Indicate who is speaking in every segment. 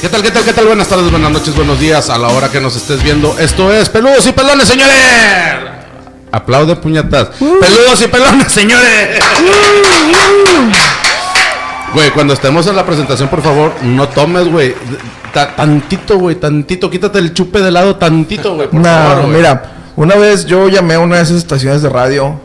Speaker 1: ¿Qué tal, qué tal, qué tal? Buenas tardes, buenas noches, buenos días a la hora que nos estés viendo. Esto es Peludos y Pelones, señores. Aplaude puñatas.
Speaker 2: Uh.
Speaker 1: Peludos y pelones, señores.
Speaker 2: Uh.
Speaker 1: Güey, cuando estemos en la presentación, por favor, no tomes, güey. Ta- tantito, güey, tantito. Quítate el chupe de lado, tantito, güey. Por
Speaker 2: No,
Speaker 1: favor, güey.
Speaker 2: mira, una vez yo llamé a una de esas estaciones de radio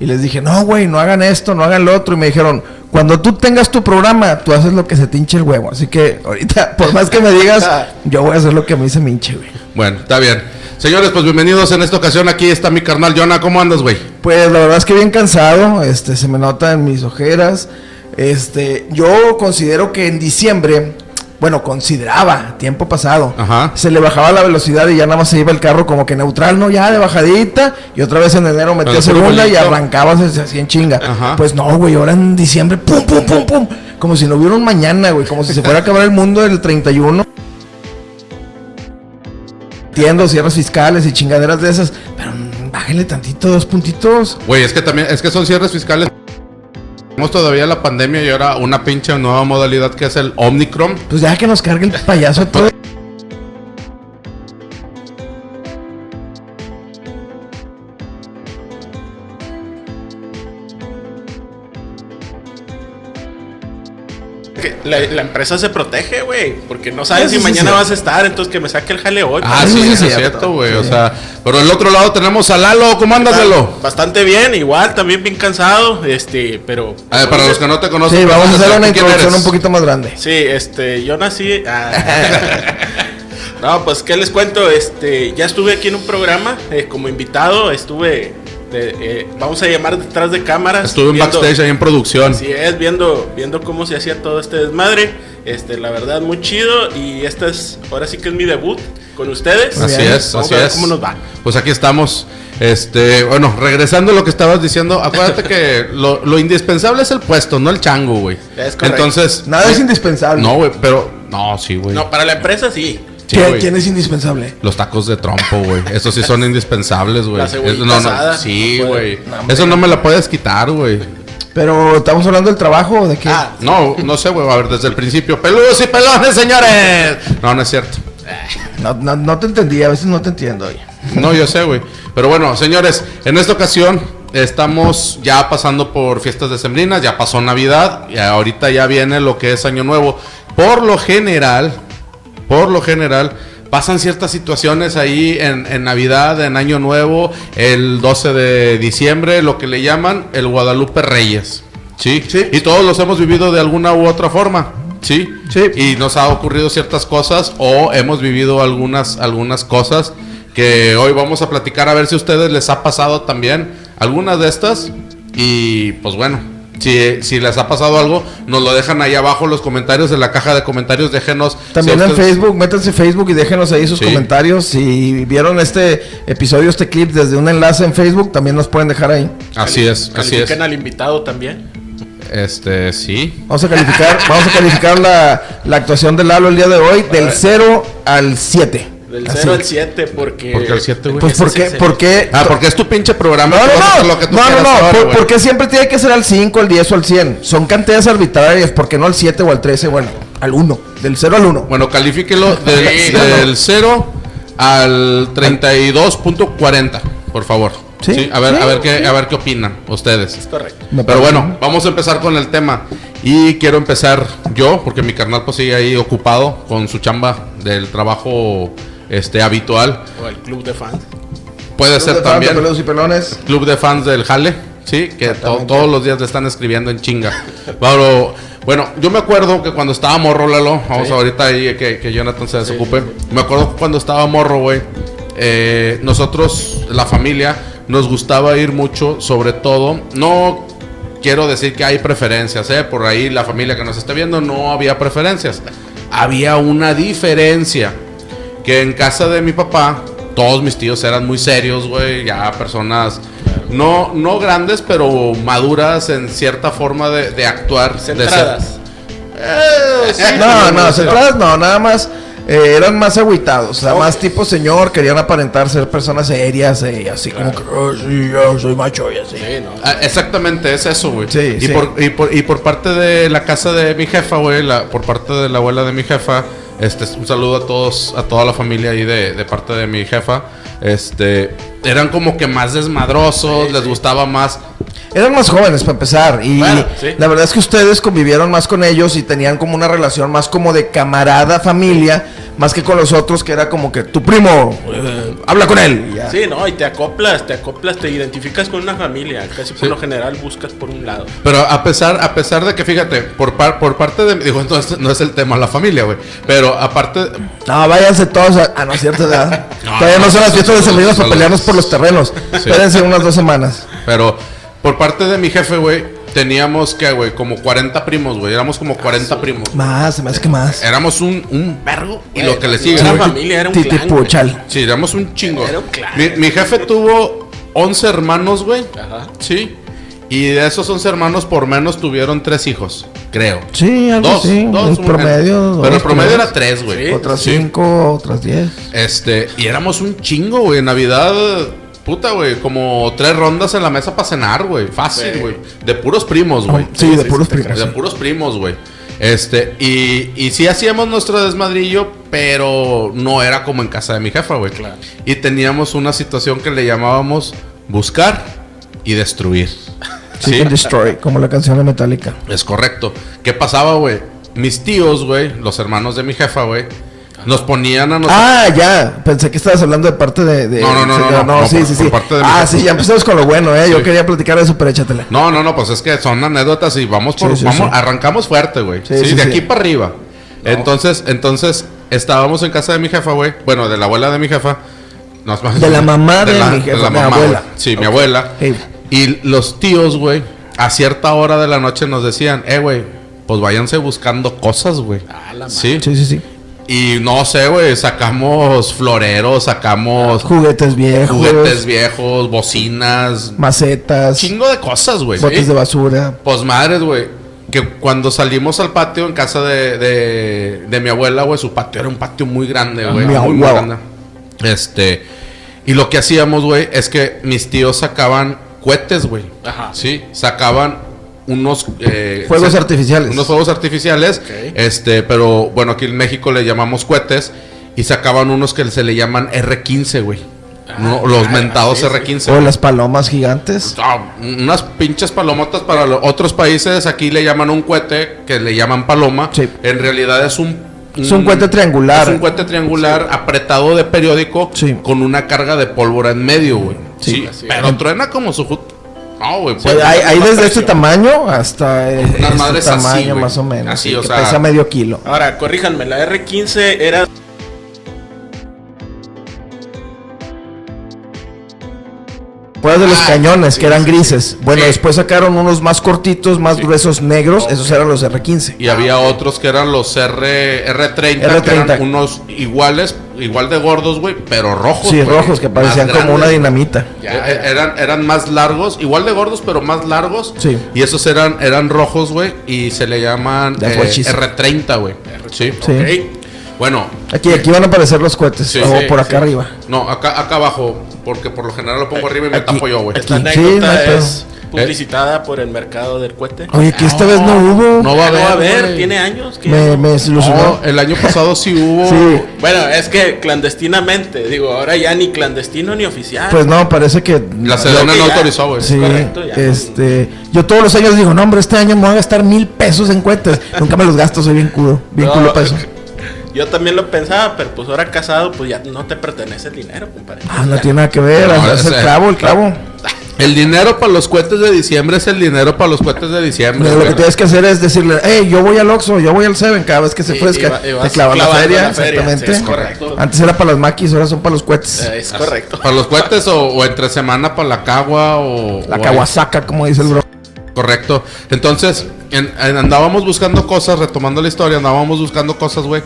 Speaker 2: y les dije, no, güey, no hagan esto, no hagan lo otro. Y me dijeron, cuando tú tengas tu programa, tú haces lo que se te hinche el huevo. Así que ahorita, por más que me digas, yo voy a hacer lo que a mí se me hinche, güey.
Speaker 1: Bueno, está bien. Señores, pues bienvenidos en esta ocasión. Aquí está mi carnal Jonah. ¿Cómo andas, güey?
Speaker 2: Pues la verdad es que bien cansado, este, se me notan mis ojeras. Este, yo considero que en diciembre, bueno, consideraba, tiempo pasado,
Speaker 1: Ajá.
Speaker 2: se le bajaba la velocidad y ya nada más se iba el carro como que neutral, ¿no? Ya de bajadita, y otra vez en enero metía
Speaker 1: Al puro
Speaker 2: segunda y
Speaker 1: bolito.
Speaker 2: arrancabas así en chinga.
Speaker 1: Ajá.
Speaker 2: Pues no, güey, ahora en diciembre, pum, pum, pum, pum, como si no hubiera un mañana, güey, como si se fuera a acabar el mundo el 31. Entiendo, cierres fiscales y chingaderas de esas, pero mm, bájale tantito, dos puntitos.
Speaker 1: Güey, es que también, es que son cierres fiscales. Tenemos todavía la pandemia y ahora una pinche nueva modalidad que es el Omnicron.
Speaker 2: Pues ya que nos cargue el payaso a todo.
Speaker 3: Que La, la empresa se protege, güey, porque no sabes
Speaker 2: Eso
Speaker 3: si
Speaker 2: sí
Speaker 3: mañana
Speaker 2: es
Speaker 3: vas a estar, entonces que me saque el jale hoy.
Speaker 1: Ah,
Speaker 3: pues.
Speaker 1: sí,
Speaker 2: sí,
Speaker 1: eso
Speaker 2: sí,
Speaker 1: es
Speaker 2: cierto.
Speaker 1: cierto, güey. O
Speaker 2: Sí.
Speaker 1: sea, pero el otro lado tenemos a Lalo. ¿Cómo andas, Lalo?
Speaker 3: Bastante bien, igual, también bien cansado, este, pero...
Speaker 1: A ver, para los que no te conocen,
Speaker 2: Sí, vamos a hacer
Speaker 1: preséntate,
Speaker 2: una
Speaker 1: ¿tú quién
Speaker 2: introducción
Speaker 1: eres?
Speaker 2: un poquito más grande.
Speaker 3: Sí, este, yo nací... ah. no, pues, ¿qué les cuento? Este, ya estuve aquí en un programa eh, como invitado, estuve, de- eh, vamos a llamar detrás de cámaras.
Speaker 1: Estuve en
Speaker 3: viendo-
Speaker 1: backstage ahí en producción.
Speaker 3: Así es, viendo, viendo cómo se hacía todo este desmadre. Este, la verdad, muy chido. Y esta es, ahora sí que es mi debut con ustedes.
Speaker 1: así
Speaker 2: bien.
Speaker 1: es,
Speaker 3: Vamos
Speaker 1: así
Speaker 3: a ver
Speaker 1: es.
Speaker 3: cómo nos va.
Speaker 1: Pues aquí estamos. Este, bueno, regresando a lo que estabas diciendo, acuérdate que lo, lo indispensable es el puesto, no el chango, güey.
Speaker 3: Es correcto.
Speaker 1: Entonces,
Speaker 2: Nada es indispensable.
Speaker 1: no, güey, pero no, sí, güey.
Speaker 3: No, para la empresa sí.
Speaker 1: Sí,
Speaker 2: ¿Quién,
Speaker 1: güey.
Speaker 2: quién es indispensable?
Speaker 1: Los tacos de trompo, güey. Esos sí son indispensables, güey.
Speaker 3: La cebollita
Speaker 1: Eso no, no,
Speaker 3: asada.
Speaker 1: Sí,
Speaker 3: No
Speaker 1: güey.
Speaker 3: puede-
Speaker 1: Eso no me la puedes quitar, güey.
Speaker 2: Pero estamos hablando del trabajo o de qué?
Speaker 3: Ah,
Speaker 1: No, no sé, güey. A ver, desde el principio. Peludos y pelones, señores. No, no es cierto.
Speaker 2: No, no, no te entendí, a veces no te entiendo. oye.
Speaker 1: No, yo sé, güey. Pero bueno, señores, en esta ocasión estamos ya pasando por fiestas decembrinas, ya pasó Navidad y ahorita ya viene lo que es Año Nuevo. Por lo general, por lo general, pasan ciertas situaciones ahí en, en Navidad, en Año Nuevo, el 12 de diciembre, lo que le llaman el Guadalupe Reyes. ¿Sí?
Speaker 2: Sí.
Speaker 1: Y todos los hemos vivido de alguna u otra forma. ¿Sí?
Speaker 2: Sí.
Speaker 1: Y nos ha ocurrido ciertas cosas o hemos vivido algunas, algunas cosas que hoy vamos a platicar a ver si a ustedes les ha pasado también algunas de estas. Y pues bueno, si, si les ha pasado algo, nos lo dejan ahí abajo en los comentarios, en la caja de comentarios, déjenos.
Speaker 2: También
Speaker 1: si a
Speaker 2: en
Speaker 1: ustedes-
Speaker 2: Facebook, métanse en Facebook y déjenos ahí sus
Speaker 1: Sí.
Speaker 2: comentarios. Si vieron este episodio, este clip desde un enlace en Facebook, también nos pueden dejar ahí.
Speaker 1: Así es, así es.
Speaker 3: Califican al invitado también.
Speaker 1: Este, sí.
Speaker 2: Vamos a calificar, vamos a calificar la, la actuación de Lalo el día de hoy del 0 al 7.
Speaker 3: Del
Speaker 2: Así.
Speaker 3: 0 al 7, porque.
Speaker 1: Porque al 7, güey.
Speaker 2: Pues
Speaker 3: Ese
Speaker 2: porque,
Speaker 3: es el-
Speaker 2: porque
Speaker 1: Ah, porque es tu pinche programa.
Speaker 2: No,
Speaker 1: tú vas a
Speaker 2: no,
Speaker 1: hacer
Speaker 2: no.
Speaker 1: lo que tú
Speaker 2: no, no,
Speaker 1: quieras
Speaker 2: no.
Speaker 1: ahora,
Speaker 2: ¿Por,
Speaker 1: güey.
Speaker 2: ¿por qué siempre tiene que ser al 5, al 10 o al 100? Son cantidades arbitrarias. ¿Por qué no al 7 o al 13? Bueno, al 1. Del 0 al 1.
Speaker 1: Bueno, califíquelo del,
Speaker 3: Sí, no, no.
Speaker 1: del 0 al 32.40, por favor. Sí,
Speaker 2: Sí,
Speaker 1: a ver,
Speaker 2: sí,
Speaker 1: a ver qué, a ver qué opinan ustedes.
Speaker 3: Es correcto.
Speaker 2: Me
Speaker 1: Pero
Speaker 2: parece.
Speaker 1: bueno, vamos a empezar con el tema. Y quiero empezar yo, porque mi carnal pues sigue ahí ocupado con su chamba del trabajo este habitual.
Speaker 3: O el club de fans.
Speaker 1: Puede
Speaker 2: Saludos
Speaker 1: ser
Speaker 2: de Fanta,
Speaker 1: también.
Speaker 2: peludos y pelones.
Speaker 1: club de fans del Jale, sí, que to-
Speaker 2: Exactamente.
Speaker 1: todos los días le están escribiendo en chinga. Pero bueno, yo me acuerdo que cuando estaba morro, Lalo, vamos ahorita ahí que, que Jonathan se desocupe. Me acuerdo que cuando estaba morro, güey, eh, nosotros, la familia, nos gustaba ir mucho, sobre todo, no. Quiero decir que hay preferencias, ¿eh? Por ahí la familia que nos está viendo no había preferencias. Había una diferencia que en casa de mi papá todos mis tíos eran muy serios, güey, ya personas no no grandes, pero maduras en cierta forma de, de actuar, de
Speaker 3: Centradas.
Speaker 1: ser.
Speaker 2: No, no, centradas no, nada más. eh, eran más agüitados, o sea, más tipo señor, querían aparentar ser personas serias, eh, así como que, "Ah, sí, yo soy macho y así.
Speaker 3: Sí, no.
Speaker 1: Ah, Exactamente, es eso, güey.
Speaker 2: Sí,
Speaker 1: y,
Speaker 2: sí.
Speaker 1: Por, y, por, y por parte de la casa de mi jefa, güey, la- por parte de la abuela de mi jefa, Este, un saludo a todos, a toda la familia ahí de, de parte de mi jefa. Este, eran como que más desmadrosos, les gustaba más.
Speaker 2: Eran más jóvenes para empezar y
Speaker 3: Bueno, sí.
Speaker 2: la verdad es que ustedes convivieron más con ellos y tenían como una relación más como de camarada familia, más que con los otros que era como que tu primo, eh, habla con él. y ya.
Speaker 3: Sí, no, y te acoplas, te acoplas, te identificas con una familia. Casi por
Speaker 1: Sí.
Speaker 3: lo general buscas por un lado.
Speaker 1: Pero a pesar, a pesar de que, fíjate, por, par- por parte de. Digo, entonces no es el tema la familia, güey. Pero aparte.
Speaker 2: No, váyanse todos a, ah, no es cierto, ¿verdad?
Speaker 1: No,
Speaker 2: Todavía no
Speaker 1: no,
Speaker 2: son las
Speaker 1: no,
Speaker 2: fiestas de
Speaker 1: no,
Speaker 2: sembrinas
Speaker 1: no,
Speaker 2: para
Speaker 1: no,
Speaker 2: pelearnos por los terrenos. Espérense unas dos semanas.
Speaker 1: Pero por parte de mi jefe, güey, teníamos que, güey, como 40 primos, güey. Éramos como
Speaker 3: Ah,
Speaker 1: 40 primos.
Speaker 2: Más, más que más.
Speaker 1: Éramos un, un vergo y lo que le sigue,
Speaker 3: Era
Speaker 1: güey.
Speaker 3: familia, era un
Speaker 2: Titi
Speaker 3: clan, güey.
Speaker 2: Puchal.
Speaker 1: Sí, éramos un chingo.
Speaker 3: Era un clan.
Speaker 1: Mi, mi jefe tuvo 11 hermanos, güey.
Speaker 3: Ajá.
Speaker 1: Sí. Y de esos 11 hermanos, por menos tuvieron tres hijos, creo.
Speaker 2: Sí, algo
Speaker 1: Dos,
Speaker 2: así.
Speaker 1: dos,
Speaker 2: el
Speaker 1: una-
Speaker 2: promedio.
Speaker 1: Pero
Speaker 2: dos,
Speaker 1: el promedio
Speaker 2: tres.
Speaker 1: era tres, güey.
Speaker 3: Sí.
Speaker 2: Otras
Speaker 1: sí.
Speaker 2: cinco, otras diez.
Speaker 1: Este, y éramos un chingo, güey. En Navidad, puta, güey. Como tres rondas en la mesa para cenar, güey. Fácil,
Speaker 3: Sí.
Speaker 1: güey. De puros primos, güey.
Speaker 2: sí, de puros primos.
Speaker 1: De
Speaker 2: sí.
Speaker 1: puros primos, güey. Este, y, y sí hacíamos nuestro desmadrillo, pero no era como en casa de mi jefa, güey.
Speaker 3: Claro.
Speaker 1: Y teníamos una situación que le llamábamos buscar y destruir.
Speaker 2: Sí, con Destroy, como la canción de Metallica.
Speaker 1: Es correcto. ¿Qué pasaba, güey? Mis tíos, güey, los hermanos de mi jefa, güey, nos ponían a nosotros.
Speaker 2: Ah, ya. Pensé que estabas hablando de parte de. de-
Speaker 1: No, no, no,
Speaker 2: de-
Speaker 1: no, no, no,
Speaker 2: sí,
Speaker 1: por-
Speaker 2: sí,
Speaker 1: por
Speaker 2: sí.
Speaker 1: parte de mi
Speaker 2: ah,
Speaker 1: jefe.
Speaker 2: sí, ya empezamos con lo bueno, ¿eh? Yo
Speaker 1: Sí.
Speaker 2: quéría platicar de eso, pero échatela.
Speaker 1: No, no, no, pues es que son anécdotas y vamos por,
Speaker 2: Sí, sí,
Speaker 1: vamos,
Speaker 2: sí.
Speaker 1: arrancamos fuerte, güey.
Speaker 2: Sí,
Speaker 1: Sí,
Speaker 2: sí,
Speaker 1: de
Speaker 2: sí.
Speaker 1: aquí para arriba. Entonces, entonces, estábamos en casa de mi jefa, güey. Bueno, de la abuela de mi jefa. Nos-
Speaker 2: De la mamá de mi jefa, mi
Speaker 1: güey.
Speaker 2: abuela.
Speaker 1: Sí, mi abuela.
Speaker 2: Hey.
Speaker 1: Y los tíos, güey, a cierta hora de la noche nos decían, eh, güey, pues váyanse buscando cosas, güey.
Speaker 3: Ah, la
Speaker 1: Sí.
Speaker 2: Sí, sí, sí.
Speaker 1: Y no sé, güey, sacamos floreros, sacamos
Speaker 2: Juguetes viejos.
Speaker 1: juguetes viejos, bocinas,
Speaker 2: Macetas.
Speaker 1: chingo de cosas, güey.
Speaker 2: botes
Speaker 1: pues, Sí.
Speaker 2: de basura.
Speaker 1: Pues madres, güey. Que cuando salimos al patio en casa de, de, de mi abuela, güey, su patio era un patio muy grande, güey.
Speaker 2: mi
Speaker 1: Muy, muy
Speaker 2: abuela.
Speaker 1: grande. Este. Y lo que hacíamos, güey, es que mis tíos sacaban cohetes, güey.
Speaker 3: Ajá.
Speaker 1: Sí, sacaban unos. eh,
Speaker 2: Fuegos
Speaker 1: se-
Speaker 2: artificiales.
Speaker 1: Unos fuegos artificiales.
Speaker 3: Ok.
Speaker 1: Este, pero bueno, aquí en México le llamamos cohetes. Y sacaban unos que se le llaman R15, güey. No, los
Speaker 3: ah,
Speaker 1: mentados
Speaker 3: sí, sí.
Speaker 1: R15.
Speaker 2: O las palomas gigantes.
Speaker 1: Ah, unas pinches palomotas para los otros países. Aquí le llaman un cohete, que le llaman paloma.
Speaker 2: Sí.
Speaker 1: En realidad es un,
Speaker 2: Es un cohete triangular.
Speaker 1: Es un cohete triangular apretado de periódico
Speaker 2: Sí.
Speaker 1: con una carga de pólvora en medio, güey.
Speaker 2: Sí.
Speaker 1: Sí,
Speaker 3: Así es.
Speaker 1: pero truena como su jut- No, güey.
Speaker 2: Pues,
Speaker 1: pues,
Speaker 2: hay, hay
Speaker 1: una
Speaker 2: desde este
Speaker 1: presión.
Speaker 2: tamaño hasta eh,
Speaker 1: Unas
Speaker 2: este
Speaker 1: madres así,
Speaker 2: tamaño
Speaker 1: güey.
Speaker 2: más o menos.
Speaker 1: Así,
Speaker 2: sí,
Speaker 1: o
Speaker 2: que
Speaker 1: sea-
Speaker 2: pesa medio kilo.
Speaker 3: Ahora, corríjanme, la R15 era.
Speaker 2: Fuera de los
Speaker 3: Ah,
Speaker 2: cañones,
Speaker 3: sí,
Speaker 2: que eran
Speaker 3: sí,
Speaker 2: grises. Bueno,
Speaker 1: Sí.
Speaker 2: después sacaron unos más cortitos, más gruesos, negros. Esos eran los R15.
Speaker 1: Y había otros que eran los R, R30, que
Speaker 2: R30.
Speaker 1: eran unos iguales, igual de gordos, güey, pero rojos.
Speaker 2: sí,
Speaker 1: güey.
Speaker 2: rojos, que
Speaker 1: pues, Más
Speaker 2: parecían como una
Speaker 1: grandes,
Speaker 2: dinamita.
Speaker 1: Ya, eh, Eran, eran más largos, igual de gordos, pero más largos.
Speaker 2: Sí.
Speaker 1: Y esos eran, eran rojos, güey. Y se le llaman
Speaker 2: That's
Speaker 1: eh,
Speaker 2: what she said.
Speaker 1: R30, güey. Sí.
Speaker 2: Sí.
Speaker 3: Ok.
Speaker 1: Bueno,
Speaker 2: Aquí, aquí van a aparecer los cohetes.
Speaker 1: Sí,
Speaker 2: o
Speaker 1: sí,
Speaker 2: por acá
Speaker 3: sí.
Speaker 2: arriba.
Speaker 1: no, acá, acá abajo, porque por lo general lo pongo arriba y me
Speaker 2: aquí,
Speaker 1: tapo yo, güey.
Speaker 2: Pues aquí.
Speaker 3: Esta
Speaker 2: Sí, no hay
Speaker 3: anécdota
Speaker 2: pedo.
Speaker 3: es publicitada por el mercado del cohete.
Speaker 2: Oye, que esta vez no hubo.
Speaker 1: No va a
Speaker 3: Ah,
Speaker 1: haber.
Speaker 3: no, a ver,
Speaker 1: güey.
Speaker 3: tiene años que.
Speaker 2: me, me
Speaker 1: No, eh.
Speaker 2: desilusionó.
Speaker 1: el año pasado sí hubo.
Speaker 2: Sí.
Speaker 3: Bueno, es que clandestinamente, digo, ahora ya ni clandestino ni oficial.
Speaker 2: Pues no, parece que.
Speaker 1: La Sedena
Speaker 3: que
Speaker 1: no
Speaker 3: ya-
Speaker 1: autorizó, güey.
Speaker 2: Sí,
Speaker 3: correcto, ya.
Speaker 2: este, yo todos los años digo, no hombre, este año me voy a gastar mil pesos en cohetes. Nunca me los gasto, soy bien culo, bien
Speaker 3: No,
Speaker 2: culo para
Speaker 1: eh.
Speaker 2: eso.
Speaker 3: Yo también lo pensaba, pero pues ahora casado, pues ya no te pertenece el dinero, compadre.
Speaker 2: Ah, no tiene nada que ver,
Speaker 1: No,
Speaker 2: es el
Speaker 1: ese-
Speaker 2: clavo, el clavo.
Speaker 1: El dinero para los cohetes de diciembre es el dinero para los cohetes de diciembre.
Speaker 2: Pero lo
Speaker 1: güey.
Speaker 2: que tienes que hacer es decirle, hey, yo voy al Oxxo, yo voy al Seven cada vez que se
Speaker 3: Y-
Speaker 2: ofrezca.
Speaker 3: y va- y
Speaker 2: Te
Speaker 3: vas
Speaker 2: clavan la
Speaker 3: clavando
Speaker 2: feria,
Speaker 3: la feria,
Speaker 2: exactamente.
Speaker 3: sí, es correcto.
Speaker 2: Antes era para las maquis, ahora son para los cohetes.
Speaker 3: Eh, Es
Speaker 1: Ah,
Speaker 3: correcto.
Speaker 1: Para los cohetes o, o entre semana para la cagua o.
Speaker 2: la
Speaker 1: o-
Speaker 2: Kawasaka, como dice el bro.
Speaker 1: Correcto. Entonces, en- en- andábamos buscando cosas, retomando la historia, andábamos buscando cosas, güey.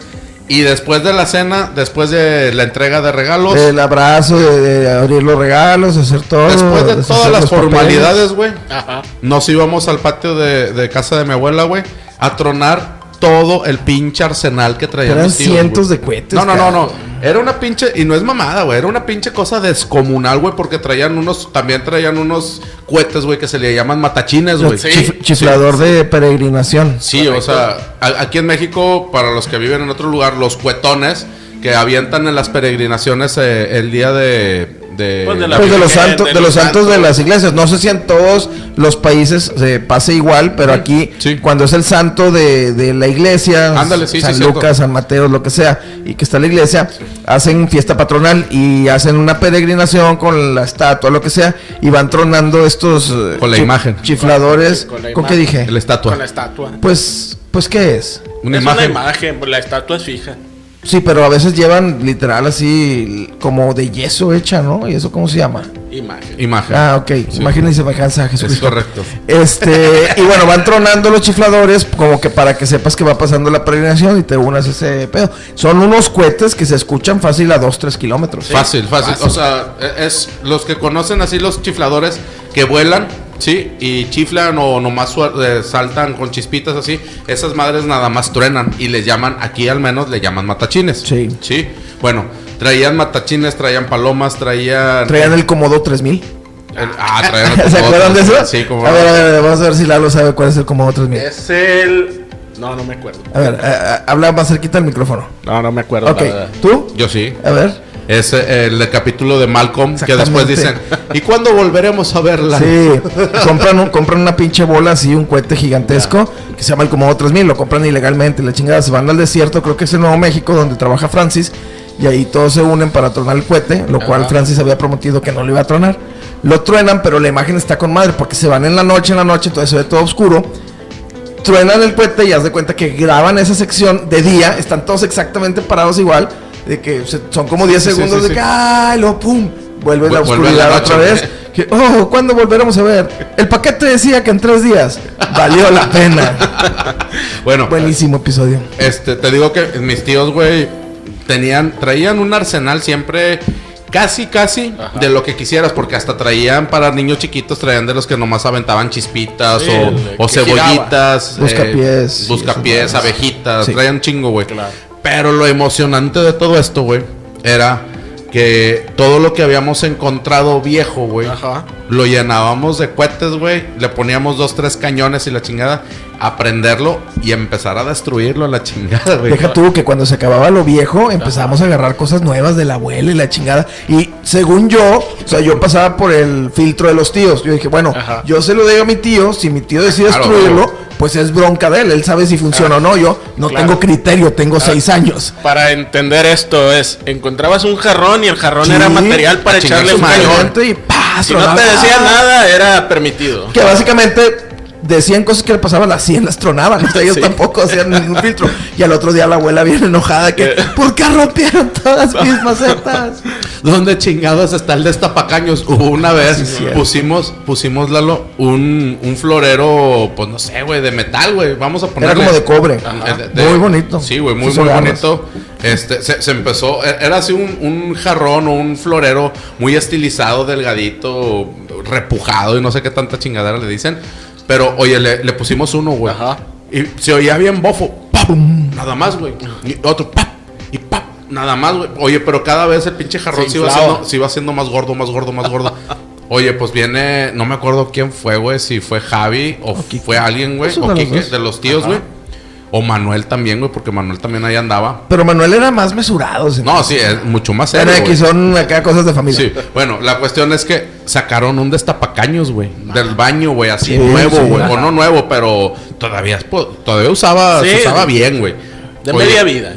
Speaker 1: Y después de la cena, después de la entrega de regalos,
Speaker 2: El abrazo, de, de abrir los regalos, hacer todo.
Speaker 1: después de
Speaker 2: deshacer
Speaker 1: todas las
Speaker 2: los papeles.
Speaker 1: formalidades, güey,
Speaker 3: Ajá.
Speaker 1: nos íbamos al patio de, de casa de mi abuela, güey, a tronar todo el pinche arsenal que traían
Speaker 2: Eran
Speaker 1: mis tíos,
Speaker 2: cientos
Speaker 1: güey.
Speaker 2: de cohetes,
Speaker 1: No, no, no,
Speaker 2: cara.
Speaker 1: no. Era una pinche, y no es mamada, güey, era una pinche cosa descomunal, güey, porque traían unos, también traían unos cohetes, güey, que se le llaman matachines, güey.
Speaker 3: Sí.
Speaker 2: Chif- chiflador de peregrinación.
Speaker 1: Sí, o sea, a- aquí en México, para los que viven en otro lugar, los cuetones que avientan en las peregrinaciones eh, el día de... de-
Speaker 3: Pues de la-
Speaker 2: Pues de los
Speaker 3: Virgen,
Speaker 2: santos, de los santos de las iglesias. No sé si en todos los países se pase igual, pero aquí
Speaker 1: Sí.
Speaker 2: cuando es el santo de, de la iglesia,
Speaker 1: Ándale, sí,
Speaker 2: San
Speaker 1: sí, cierto.
Speaker 2: Lucas, San Mateo, lo que sea, y que está la iglesia, hacen fiesta patronal y hacen una peregrinación con la estatua, lo que sea, y van tronando estos eh,
Speaker 1: Con la
Speaker 2: chi-
Speaker 1: imagen.
Speaker 2: chifladores.
Speaker 3: Con
Speaker 2: ¿Con,
Speaker 3: la
Speaker 2: qué
Speaker 3: imagen.
Speaker 2: dije?
Speaker 1: la estatua.
Speaker 3: Con la estatua.
Speaker 2: Pues, pues qué es.
Speaker 1: Una
Speaker 3: es
Speaker 1: imagen.
Speaker 3: una imagen, pues, la estatua es fija.
Speaker 2: Sí, pero a veces llevan literal así como de yeso hecha, ¿no? ¿Y eso cómo se llama?
Speaker 3: Imagen.
Speaker 1: Imagen.
Speaker 2: Ah, ok. Imagínense semejanza a
Speaker 1: Es
Speaker 2: Jesucristo.
Speaker 1: correcto.
Speaker 2: Este, y bueno, van tronando los chifladores como que para que sepas que va pasando la peregrinación y te unas a ese pedo. Son unos cohetes que se escuchan fácil a 2, 3 kilómetros.
Speaker 1: Fácil, fácil, O sea, e- es los que conocen así los chifladores que vuelan, ¿sí? Y chiflan o nomás su- eh, saltan con chispitas así. Esas madres nada más truenan y les llaman, aquí al menos le llaman matachines.
Speaker 2: Sí.
Speaker 1: Sí. Bueno, traían matachines, traían palomas, traían.
Speaker 2: Traían el Comodo 3000.
Speaker 1: el- ah, traían el
Speaker 2: ¿Se
Speaker 1: comodo,
Speaker 2: acuerdan de eso?
Speaker 1: Sí, como.
Speaker 2: a, ver, a ver, a ver, vamos a ver si Lalo sabe cuál es el Comodo 3000.
Speaker 3: Es el. No, no me acuerdo.
Speaker 2: A ver, a- a- habla más cerquita el micrófono.
Speaker 3: No, no me acuerdo.
Speaker 2: Ok, ¿tú?
Speaker 1: Yo sí.
Speaker 2: A ver.
Speaker 1: Es eh, el capítulo de Malcolm que después
Speaker 2: Exactamente.
Speaker 1: dicen, ¿y cuándo volveremos a verla?
Speaker 2: Sí, compran, un- compran una pinche bola así, un cohete gigantesco que se llama el Comodo 3000, lo compran ilegalmente, la chingada, se van al desierto, creo que es el Nuevo México donde trabaja Francis, y ahí todos se unen para tronar el cohete, lo cual Francis había prometido que no lo iba a tronar. Lo truenan, pero la imagen está con madre porque se van en la noche, en la noche, entonces se ve todo oscuro. Truenan el cohete y haz de cuenta que graban esa sección de día, están todos exactamente parados igual, de que se- son como 10
Speaker 1: Sí, sí,
Speaker 2: segundos
Speaker 1: sí,
Speaker 2: de
Speaker 1: sí.
Speaker 2: que ¡ay! Lo pum, vuelve la
Speaker 1: Vu- vuelve la
Speaker 2: oscuridad otra
Speaker 1: noche.
Speaker 2: vez. Que, oh, ¿cuándo volveremos a ver? El paquete decía que en tres días. Valió la pena.
Speaker 1: Bueno,
Speaker 2: Buenísimo episodio.
Speaker 1: Este, te digo que mis tíos, güey, tenían, traían un arsenal siempre casi, casi de lo que quisieras, porque hasta traían para niños chiquitos, traían de los que nomás aventaban chispitas
Speaker 3: Sí, el
Speaker 1: o, o
Speaker 3: que giraba.
Speaker 1: cebollitas, eh,
Speaker 2: Buscapiés, y
Speaker 1: buscapiés,
Speaker 2: esas madres.
Speaker 1: abejitas,
Speaker 2: Sí.
Speaker 1: traían chingo, güey.
Speaker 3: Claro.
Speaker 1: Pero lo emocionante de todo esto, güey, era que todo lo que habíamos encontrado viejo, güey,
Speaker 3: Ajá.
Speaker 1: lo llenábamos de cohetes, güey. Le poníamos dos, tres cañones y la chingada. A prenderlo y empezar a destruirlo a la chingada, güey.
Speaker 2: Deja tú que cuando se acababa lo viejo, empezamos a agarrar cosas nuevas de la abuela y la chingada. Y según yo, o sea, yo pasaba por el filtro de los tíos. Yo dije, bueno,
Speaker 3: Ajá.
Speaker 2: yo se lo doy a mi tío. Si mi tío decide
Speaker 1: Claro,
Speaker 2: destruirlo,
Speaker 1: claro.
Speaker 2: pues es bronca de él. Él sabe si funciona o no. Yo no
Speaker 3: Ah, Claro.
Speaker 2: tengo criterio, tengo seis años.
Speaker 3: Para entender esto es, encontrabas un jarrón y el jarrón
Speaker 2: Sí.
Speaker 3: era material para
Speaker 1: A chingar
Speaker 3: echarle
Speaker 1: su
Speaker 3: un
Speaker 1: madre. Ah.
Speaker 3: cañón.
Speaker 2: Y ¡pah!
Speaker 3: Si no
Speaker 2: tronaba.
Speaker 3: te decía nada, era permitido.
Speaker 2: Que básicamente decían cosas que le pasaban, las 100 las tronaban. O sea, ellos
Speaker 3: Sí.
Speaker 2: tampoco hacían ningún filtro. Y al otro día la abuela bien enojada
Speaker 1: Eh.
Speaker 2: que, ¿por qué rompieron todas mis macetas?
Speaker 1: ¿Dónde chingados está el destapacaños? Hubo una vez,
Speaker 2: Sí, sí,
Speaker 1: pusimos, pusimos, Lalo, un, un florero, pues no sé, güey, de metal, güey. Vamos a ponerle...
Speaker 2: Era como de cobre.
Speaker 1: Ajá.
Speaker 2: De- de- muy bonito.
Speaker 1: Sí, güey, muy,
Speaker 2: Sus
Speaker 1: muy
Speaker 2: agarras.
Speaker 1: bonito. Este, se, se empezó, e- era así un, un jarrón o un florero muy estilizado, delgadito, repujado y no sé qué tanta chingadera le dicen. Pero, oye, le, le pusimos uno, güey.
Speaker 3: Ajá.
Speaker 1: Y se oía bien bofo. ¡Pum! Nada más, güey. Y otro, ¡pap! Y ¡pap! Nada más, güey. Oye, pero cada vez el pinche jarrón
Speaker 3: Se
Speaker 1: se, iba
Speaker 3: inflaba.
Speaker 1: haciendo, se iba haciendo más gordo, más gordo, más gordo. Oye, pues viene, no me acuerdo quién fue, güey, si fue Javi o,
Speaker 2: Kike.
Speaker 1: fue alguien, güey,
Speaker 2: Es
Speaker 1: o
Speaker 2: uno de los
Speaker 1: Kike,
Speaker 2: dos.
Speaker 1: Pues, de los tíos,
Speaker 3: Ajá.
Speaker 1: güey. O Manuel también, güey, porque Manuel también ahí andaba.
Speaker 2: Pero Manuel era más mesurado. se-
Speaker 1: No, sí, es mucho más serio.
Speaker 2: Era
Speaker 1: güey.
Speaker 2: que son acá cosas de familia.
Speaker 1: Sí, bueno, la cuestión es que sacaron un destapacaños, güey, del baño, güey, así
Speaker 2: Sí,
Speaker 1: nuevo,
Speaker 2: sí.
Speaker 1: güey, o
Speaker 2: Ajá.
Speaker 1: no nuevo, pero todavía po- todavía usaba, se
Speaker 3: Sí.
Speaker 1: usaba bien, güey.
Speaker 3: De
Speaker 1: Oye,
Speaker 3: media vida.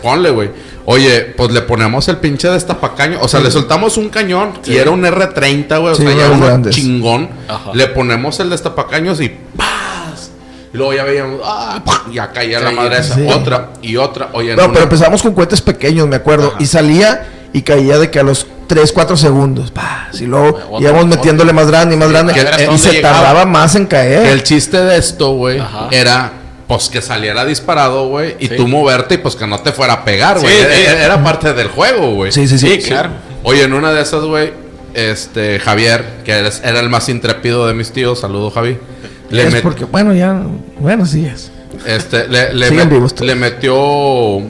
Speaker 1: Ponle, güey. Oye, pues le ponemos el pinche destapacaño. O sea, le soltamos un cañón y era un R30, güey. O
Speaker 2: Sí,
Speaker 1: sea, ya
Speaker 2: los
Speaker 1: uno
Speaker 2: grandes.
Speaker 1: chingón.
Speaker 3: Ajá.
Speaker 1: Le ponemos el destapacaños y ¡paz! Y luego ya veíamos, ¡ah! ¡pum! Ya caía la
Speaker 3: Sí,
Speaker 1: madre esa.
Speaker 2: sí.
Speaker 1: Otra y otra. Oye, en
Speaker 2: No,
Speaker 1: una-
Speaker 2: pero pues empezamos con cohetes pequeños, me acuerdo. Y salía y caía de que a los 3, 4 segundos. pa, Y
Speaker 1: Ah,
Speaker 2: luego
Speaker 3: Otro,
Speaker 2: íbamos metiéndole más grande y más grande. Eh,
Speaker 1: que a ver hasta
Speaker 2: Y
Speaker 1: dónde
Speaker 2: se
Speaker 1: llegaba.
Speaker 2: tardaba más en caer.
Speaker 1: El chiste de esto, güey,
Speaker 3: Ajá.
Speaker 1: era pues que saliera disparado, güey, y
Speaker 3: Sí.
Speaker 1: tú moverte y pues que no te fuera a pegar, güey.
Speaker 3: Sí,
Speaker 1: era,
Speaker 3: sí.
Speaker 1: era parte del juego, güey.
Speaker 2: Sí, sí, sí.
Speaker 3: Sí, claro.
Speaker 1: Oye, en una de esas, güey, este Javier, que eres- era el más intrépido de mis tíos, saludo Javi. Le,
Speaker 2: es
Speaker 1: met-
Speaker 2: porque, bueno, ya. Bueno, sí es.
Speaker 1: este, le, le
Speaker 2: Siguen
Speaker 1: met-
Speaker 2: vivos todos.
Speaker 1: le metió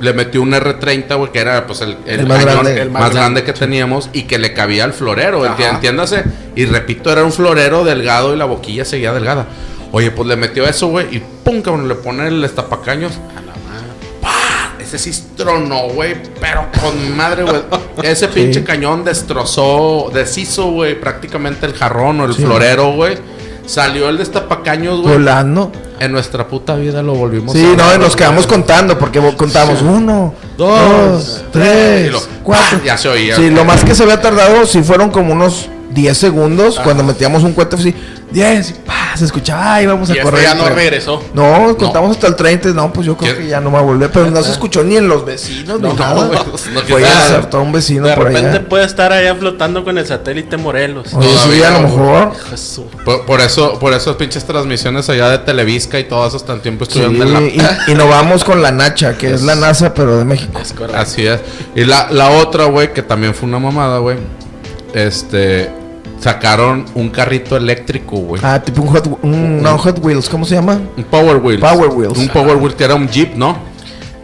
Speaker 1: le metió un R30, güey, que era pues el,
Speaker 2: El más
Speaker 1: cañón
Speaker 2: grande. El
Speaker 1: más
Speaker 3: más
Speaker 1: grande que teníamos y que le cabía al florero, enti- entiéndase. Y repito, era un florero delgado y la boquilla seguía delgada. Oye, pues le metió eso, güey, y pum, cabrón, le pone el estapacaños. A la madre. ¡Pah! Ese sí tronó, güey, pero con madre, güey. Ese pinche cañón destrozó, deshizo, güey, prácticamente el jarrón o el
Speaker 2: Sí.
Speaker 1: florero, güey. Salió el destapacaños, güey.
Speaker 2: Volando.
Speaker 1: En nuestra puta vida lo volvimos
Speaker 2: Sí, no, y
Speaker 1: ver,
Speaker 2: nos
Speaker 1: güey.
Speaker 2: quedamos contando, porque vo- contamos uno, dos,
Speaker 1: y
Speaker 2: tres,
Speaker 1: lo-
Speaker 2: cuatro.
Speaker 1: ¡Ah! Ya se oía.
Speaker 2: Sí, lo más que se había tardado, sí fueron como unos 10 segundos cuando metíamos un cohete así, 10, y pa, se escuchaba, ay, vamos a
Speaker 3: Y este
Speaker 2: correr.
Speaker 3: ya no
Speaker 2: pero-
Speaker 3: regresó.
Speaker 2: No, contamos hasta el 30, no, pues yo creo
Speaker 1: ¿Quién?
Speaker 2: que ya no va a volver, pero no se escuchó ni en los vecinos,
Speaker 1: No,
Speaker 2: ni
Speaker 1: no,
Speaker 2: nada.
Speaker 1: güey, no,
Speaker 2: Fue y
Speaker 1: nada.
Speaker 2: acertó a un vecino
Speaker 3: De
Speaker 2: por
Speaker 3: repente
Speaker 2: allá.
Speaker 3: puede estar allá flotando con el satélite Morelos. Ah,
Speaker 2: Oye, sí,
Speaker 1: Todavía,
Speaker 2: a lo
Speaker 1: güey.
Speaker 2: mejor.
Speaker 3: Hijo de su-
Speaker 1: Por, por eso, por esas pinches transmisiones allá de Televisca y todo eso tan tiempo
Speaker 2: Sí,
Speaker 1: estuvieron en la
Speaker 2: y, y nos vamos con la Nacha, que es la NASA, pero de México.
Speaker 3: Es correcto.
Speaker 1: Así es. Y la, la otra, güey, que también fue una mamada, güey. Este sacaron un carrito eléctrico, güey.
Speaker 2: Ah, tipo un Hot, Wh- un, no, Hot Wheels, ¿cómo se llama?
Speaker 1: Un Power Wheels.
Speaker 2: Power Wheels.
Speaker 1: Un Power Wheel que era un Jeep, ¿no?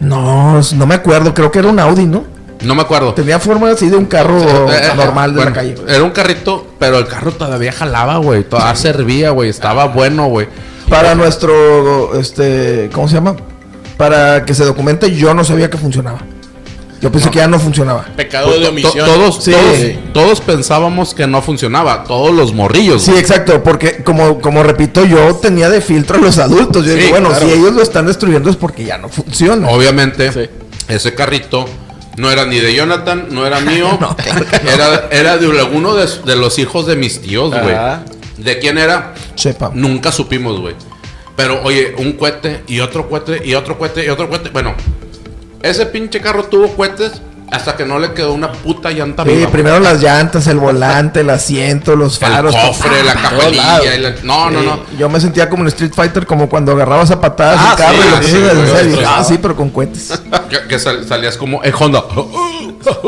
Speaker 2: No, no me acuerdo, creo que era un Audi, ¿no?
Speaker 1: No me acuerdo.
Speaker 2: Tenía forma así de un carro
Speaker 1: Eh, eh,
Speaker 2: normal de
Speaker 1: bueno,
Speaker 2: la calle.
Speaker 1: Era un carrito, pero el carro todavía jalaba, güey. Todavía servía, güey. Estaba bueno, güey.
Speaker 2: Para nuestro, este, ¿cómo se llama? Para que se documente, yo no sabía que funcionaba. Yo pensé que ya no funcionaba.
Speaker 3: Pecado de
Speaker 1: Pues To-
Speaker 3: omisión.
Speaker 1: Todos,
Speaker 2: Sí.
Speaker 1: todos, todos pensábamos que no funcionaba. Todos los morrillos.
Speaker 2: Sí,
Speaker 1: güey.
Speaker 2: exacto, porque como, como repito, yo tenía de filtro a los adultos. Yo
Speaker 1: Sí,
Speaker 2: digo, bueno,
Speaker 1: claro.
Speaker 2: si ellos lo están destruyendo es porque ya no funciona.
Speaker 1: Obviamente,
Speaker 3: Sí.
Speaker 1: ese carrito no era ni de Jonathan, no era mío. era, era de alguno de, su- de los hijos de mis tíos, güey.
Speaker 3: Ajá.
Speaker 1: ¿De quién era?
Speaker 2: Sepa.
Speaker 1: Nunca supimos, güey. Pero oye, un cohete y otro cohete y otro cohete y otro cohete. Bueno, ese pinche carro tuvo cohetes hasta que no le quedó una puta llanta
Speaker 2: Sí,
Speaker 1: viva, güey.
Speaker 2: primero las llantas, el volante, el asiento, los
Speaker 1: El
Speaker 2: faros.
Speaker 1: cofre, la
Speaker 3: lados.
Speaker 1: cajuelilla. y la- No, no,
Speaker 2: Sí,
Speaker 1: no.
Speaker 2: Yo me sentía como en Street Fighter, como cuando agarrabas a patadas
Speaker 1: Ah,
Speaker 2: el carro
Speaker 1: sí,
Speaker 2: y
Speaker 1: sí,
Speaker 2: lo pusiste
Speaker 1: güey,
Speaker 2: en el-
Speaker 1: destrozado.
Speaker 2: Ah, sí, pero con cohetes.
Speaker 1: Que, que sal- salías como, eh, Honda.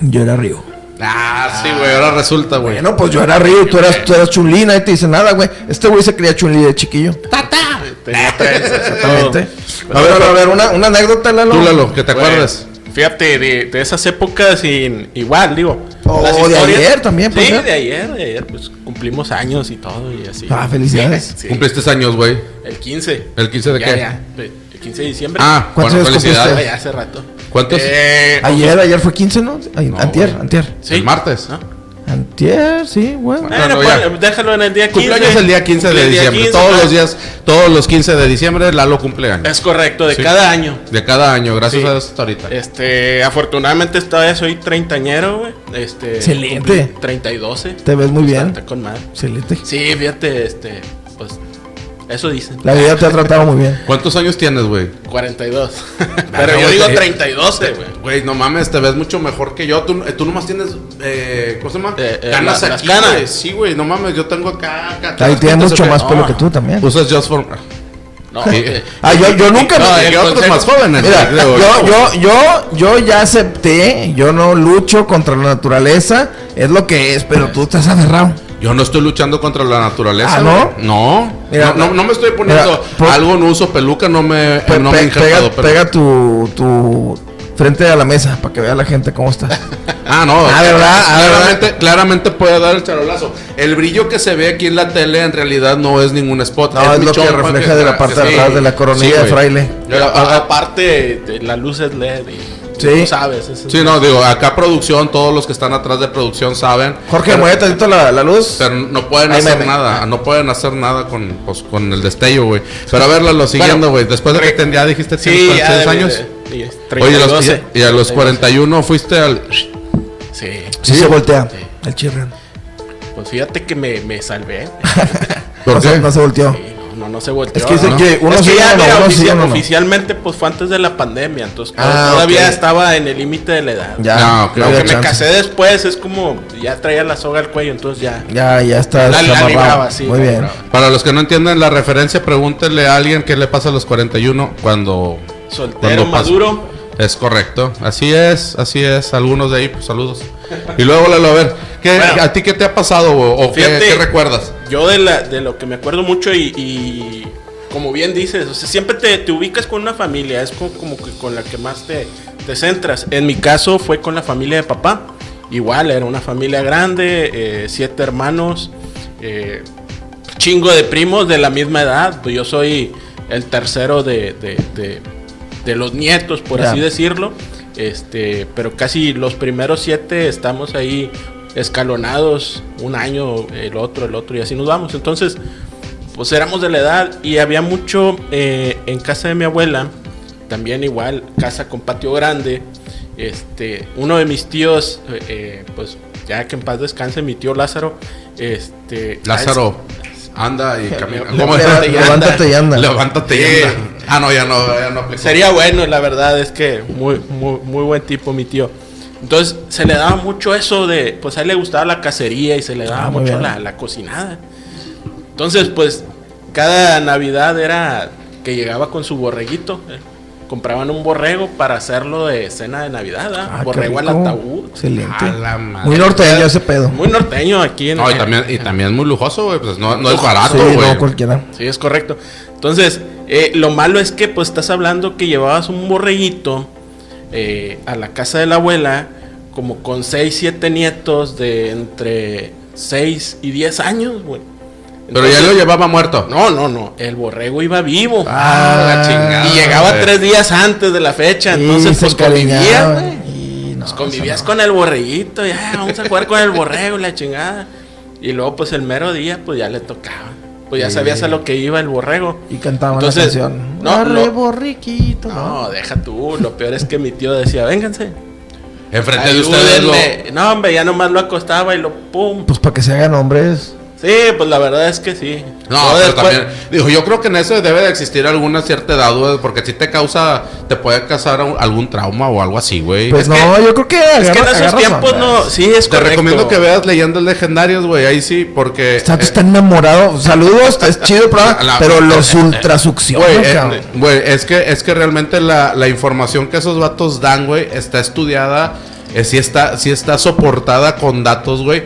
Speaker 2: Yo era Río.
Speaker 1: Ah, sí, güey, ahora resulta, güey.
Speaker 2: Bueno, pues yo era Río, tú eras, tú eras Chun-Li, nadie te dice nada, güey. Este güey se creía Chun-Li de chiquillo.
Speaker 1: ¡Tata!
Speaker 3: Tenía tres,
Speaker 2: Exactamente.
Speaker 1: Todo.
Speaker 2: A ver, a ver, una, una anécdota, Lalo.
Speaker 1: Oh. Tú, Lalo, que te
Speaker 3: Bueno,
Speaker 1: acuerdas.
Speaker 3: Fíjate, de, de esas épocas sin- igual, digo.
Speaker 1: Oh,
Speaker 2: O
Speaker 3: las
Speaker 2: de
Speaker 3: historias-
Speaker 2: ayer también, pues,
Speaker 3: Sí,
Speaker 1: ¿eh?
Speaker 2: ¿no?
Speaker 3: de ayer, de ayer, pues cumplimos años y todo y así.
Speaker 2: Ah, felicidades.
Speaker 3: Sí,
Speaker 1: Cumpliste años, güey.
Speaker 3: El 15.
Speaker 1: ¿El 15 de
Speaker 3: Ya,
Speaker 1: qué?
Speaker 3: ya, El 15 de diciembre.
Speaker 1: Ah,
Speaker 2: ¿Cuántos
Speaker 1: bueno,
Speaker 2: años
Speaker 1: felicidades.
Speaker 3: Ah,
Speaker 2: cumpliste?
Speaker 3: ya hace rato.
Speaker 1: ¿Cuántos?
Speaker 3: Eh,
Speaker 2: Ayer, ayer fue 15, ¿no? Ay,
Speaker 1: No,
Speaker 2: antier,
Speaker 1: güey.
Speaker 2: antier.
Speaker 3: sí.
Speaker 1: El martes.
Speaker 3: ¿No?
Speaker 2: Antier, sí, bueno.
Speaker 1: Bueno,
Speaker 3: Bueno,
Speaker 1: ya.
Speaker 3: ponle- déjalo en el día 15.
Speaker 1: Cumpleaños el día 15 de
Speaker 3: Cumple el día
Speaker 1: diciembre.
Speaker 3: 15,
Speaker 1: todos
Speaker 3: claro.
Speaker 1: los días, todos los 15 de diciembre, Lalo cumple años.
Speaker 3: Es correcto, de
Speaker 1: Sí.
Speaker 3: cada año.
Speaker 1: De cada año, gracias
Speaker 3: Sí.
Speaker 1: a Dios hasta ahorita.
Speaker 3: Este, afortunadamente todavía soy treintañero, güey. Este,
Speaker 2: Excelente.
Speaker 3: cumplí 30 y 12.
Speaker 2: Te ves muy bien.
Speaker 3: Está con madre.
Speaker 2: Excelente.
Speaker 3: Sí, fíjate, este, pues, eso dicen.
Speaker 2: La vida te ha tratado muy bien.
Speaker 1: ¿Cuántos años tienes, güey?
Speaker 3: 42.
Speaker 1: Claro,
Speaker 3: Pero yo
Speaker 1: güey,
Speaker 3: digo
Speaker 1: sí.
Speaker 3: 32, eh, güey.
Speaker 1: Güey, no mames, te ves mucho mejor que yo. Tú, eh, tú nomás tienes, eh, ¿cómo se llama?
Speaker 3: Eh, eh,
Speaker 1: canas
Speaker 3: la- las
Speaker 1: aquí,
Speaker 3: canas.
Speaker 1: güey. Sí, güey, no mames, yo tengo acá. acá
Speaker 2: Ahí
Speaker 1: atrás,
Speaker 2: tiene
Speaker 1: entonces,
Speaker 2: mucho
Speaker 1: güey,
Speaker 2: más pelo
Speaker 3: no.
Speaker 2: que tú también.
Speaker 1: Usas Just For...
Speaker 3: No,
Speaker 1: Sí.
Speaker 3: eh,
Speaker 2: Ah, yo, yo nunca
Speaker 1: No,
Speaker 2: me-
Speaker 1: y otros más jóvenes.
Speaker 2: Mira,
Speaker 1: güey, creo,
Speaker 2: yo,
Speaker 1: ¿no?
Speaker 2: yo, yo, yo ya acepté, yo no lucho contra la naturaleza, es lo que es, pero tú estás aferrado.
Speaker 1: Yo no estoy luchando contra la naturaleza.
Speaker 2: Ah, ¿no?
Speaker 1: güey. No.
Speaker 2: Mira,
Speaker 1: no, no, no me estoy poniendo
Speaker 2: mira, por-
Speaker 1: algo, no uso peluca, no me, eh,
Speaker 2: Pe-
Speaker 1: no me he
Speaker 2: pe-
Speaker 1: enjerpado,
Speaker 2: pega
Speaker 1: pero-
Speaker 2: pega tu, tu frente a la mesa para que vea la gente cómo está.
Speaker 1: Ah, no.
Speaker 2: Ah, ¿verdad? Ah, ¿verdad?
Speaker 1: claramente, claramente puede dar el charolazo. El brillo que se ve aquí en la tele en realidad no es ningún spot.
Speaker 2: No, es
Speaker 1: mi
Speaker 2: lo que
Speaker 1: chompa
Speaker 2: refleja de la parte de atrás de la coronilla de
Speaker 1: güey.
Speaker 2: fraile.
Speaker 1: Yo la-
Speaker 3: a-
Speaker 1: ah, ah,
Speaker 3: aparte, de la luz es LED. Y,
Speaker 2: Sí.
Speaker 3: Tú sabes. eso es-
Speaker 1: Sí, no, digo, acá producción, todos los que están atrás de producción saben.
Speaker 2: Jorge,
Speaker 1: pero,
Speaker 2: mueve tantito la, la luz.
Speaker 1: pero no pueden
Speaker 2: Ahí me
Speaker 1: hacer
Speaker 2: ve.
Speaker 1: nada, no pueden hacer nada con, pues, con el destello, güey. Pero a verlo, lo siguiendo, güey. después de que ten- ya dijiste que
Speaker 3: Sí,
Speaker 1: tienes
Speaker 3: ya
Speaker 1: 46
Speaker 3: de-
Speaker 1: años.
Speaker 3: de- de-
Speaker 1: Oye, los-
Speaker 3: 32,
Speaker 1: y,
Speaker 3: eh.
Speaker 1: y a los 41 fuiste al.
Speaker 3: Sí.
Speaker 2: sí, se voltea.
Speaker 3: Sí.
Speaker 2: El chirrión.
Speaker 3: Pues fíjate que me, me salvé.
Speaker 2: No
Speaker 1: ¿Por
Speaker 2: se-
Speaker 1: qué?
Speaker 2: No se volteó.
Speaker 3: Sí, no, no, no se volteó.
Speaker 2: Es que dicen
Speaker 3: ¿no?
Speaker 2: que uno
Speaker 3: Es que
Speaker 2: sí,
Speaker 3: ya,
Speaker 2: uno no,
Speaker 3: mira,
Speaker 2: uno sí,
Speaker 3: oficial-
Speaker 2: uno no.
Speaker 3: oficialmente, pues fue antes de la pandemia. Entonces,
Speaker 2: Ah,
Speaker 3: todavía
Speaker 2: ok.
Speaker 3: estaba en el límite de la edad.
Speaker 1: No,
Speaker 2: Ya,
Speaker 1: ok.
Speaker 2: no
Speaker 1: Aunque
Speaker 2: había
Speaker 3: Aunque me
Speaker 2: chance.
Speaker 3: casé después, es como ya traía la soga al cuello, entonces ya.
Speaker 2: Ya, ya está.
Speaker 3: La- la
Speaker 2: amarrado.
Speaker 3: libraba, sí,
Speaker 2: Muy
Speaker 3: la
Speaker 2: bien.
Speaker 3: libraba.
Speaker 1: Para los que no entienden la referencia, pregúntele a alguien qué le pasa a los 41 cuando...
Speaker 3: Soltero,
Speaker 1: cuando pasa.
Speaker 3: maduro.
Speaker 1: Es correcto, así es, así es. Algunos de ahí, pues saludos. Y luego, Lalo, a ver, ¿qué,
Speaker 3: Bueno.
Speaker 1: ¿a ti qué te ha pasado o, o qué,
Speaker 3: Fíjate.
Speaker 1: qué recuerdas?
Speaker 3: Yo de, la, de lo que me acuerdo mucho y, y como bien dices, o sea, siempre te, te ubicas con una familia, es co- como, que con la que más te, te centras. En mi caso fue con la familia de papá. Igual, era una familia grande, eh, siete hermanos, eh, chingo de primos de la misma edad. Pues yo soy el tercero de, de- de- de los nietos, por
Speaker 2: Ya.
Speaker 3: así decirlo. Este, pero casi los primeros siete estamos ahí escalonados, un año, el otro, el otro, y así nos vamos. Entonces, pues éramos de la edad y había mucho eh, en casa de mi abuela, también igual, casa con patio grande. Este, uno de mis tíos, eh, eh, pues ya que en paz descanse, mi tío Lázaro, este,
Speaker 1: Lázaro, anda y camina.
Speaker 3: Le-
Speaker 1: ¿Cómo
Speaker 3: le-
Speaker 1: está?
Speaker 3: le-
Speaker 2: Levántate y anda.
Speaker 1: Levántate y
Speaker 3: Sí.
Speaker 1: anda. Ah, no, ya no, ya no aplicó.
Speaker 3: Sería bueno, la verdad es que muy, muy, muy buen tipo mi tío. Entonces se le daba mucho eso de, pues a él le gustaba la cacería y se le daba
Speaker 2: Ah, muy
Speaker 3: mucho
Speaker 2: bien.
Speaker 3: la, la cocinada. Entonces, pues cada Navidad era que llegaba con su borreguito. eh. Compraban un borrego para hacerlo de cena de Navidad. ¿ah?
Speaker 2: Ah, qué
Speaker 3: borrego al
Speaker 2: rico.
Speaker 3: ataúd.
Speaker 2: Excelente.
Speaker 1: A la madre.
Speaker 2: Muy norteño ese pedo.
Speaker 3: Muy norteño aquí en
Speaker 1: No, y
Speaker 3: en-
Speaker 1: también, y también es muy lujoso, güey. Pues no, no es barato,
Speaker 2: Sí,
Speaker 1: güey.
Speaker 2: no, cualquiera.
Speaker 3: Sí, es correcto. Entonces, eh, lo malo es que pues estás hablando que llevabas un borreguito eh, a la casa de la abuela, como con 6, 7 nietos de entre 6 y 10 años, güey.
Speaker 1: Pero ya lo
Speaker 3: Entonces,
Speaker 1: llevaba muerto.
Speaker 3: No, no, no. El borrego iba vivo.
Speaker 1: Ah, la chingada.
Speaker 3: y llegaba
Speaker 1: güey.
Speaker 3: tres días antes de la fecha. Entonces, pues convivías,
Speaker 2: cariñaban.
Speaker 3: güey.
Speaker 2: Y no,
Speaker 3: Pues
Speaker 2: o
Speaker 3: convivías
Speaker 2: sea,
Speaker 3: con el borreguito, ya, vamos a jugar con el borrego, la chingada. Y luego, pues el mero día, pues ya le tocaba. Pues ya sabías a lo que iba el borrego.
Speaker 2: no. Y cantaban
Speaker 3: Entonces,
Speaker 2: la canción.
Speaker 3: no,
Speaker 2: Arre,
Speaker 3: lo-
Speaker 2: borriquito.
Speaker 3: No, deja tú. Lo peor es que mi tío decía, vénganse.
Speaker 1: Enfrente de ustedes lo.
Speaker 3: ayúdenme". No, hombre, ya nomás lo acostaba y lo pum.
Speaker 2: Pues para que se hagan hombres.
Speaker 3: Sí, pues la verdad es que sí.
Speaker 1: No,
Speaker 3: Luego
Speaker 1: pero
Speaker 3: después-
Speaker 1: también. Digo, yo creo que en eso debe de existir alguna cierta edad, güey, porque si te causa. Te puede causar un- algún trauma o algo así, güey.
Speaker 2: Pues
Speaker 3: es
Speaker 2: no,
Speaker 3: que-
Speaker 2: yo creo que
Speaker 3: Es que en
Speaker 2: agarra-
Speaker 3: esos
Speaker 2: agarras
Speaker 3: tiempos
Speaker 2: hombres.
Speaker 3: no. Sí, es
Speaker 1: te
Speaker 3: correcto.
Speaker 1: recomiendo que veas leyendas legendarias, güey. Ahí sí, porque.
Speaker 2: Está,
Speaker 1: eh,
Speaker 2: está enamorado. Saludos, es chido el programa,
Speaker 1: A la-
Speaker 2: pero los ultrasuccionan,
Speaker 1: Güey, eh,
Speaker 2: cabrón.
Speaker 1: güey, es que es que realmente la, la información que esos vatos dan, güey, está estudiada, eh, sí está sí está soportada con datos, güey.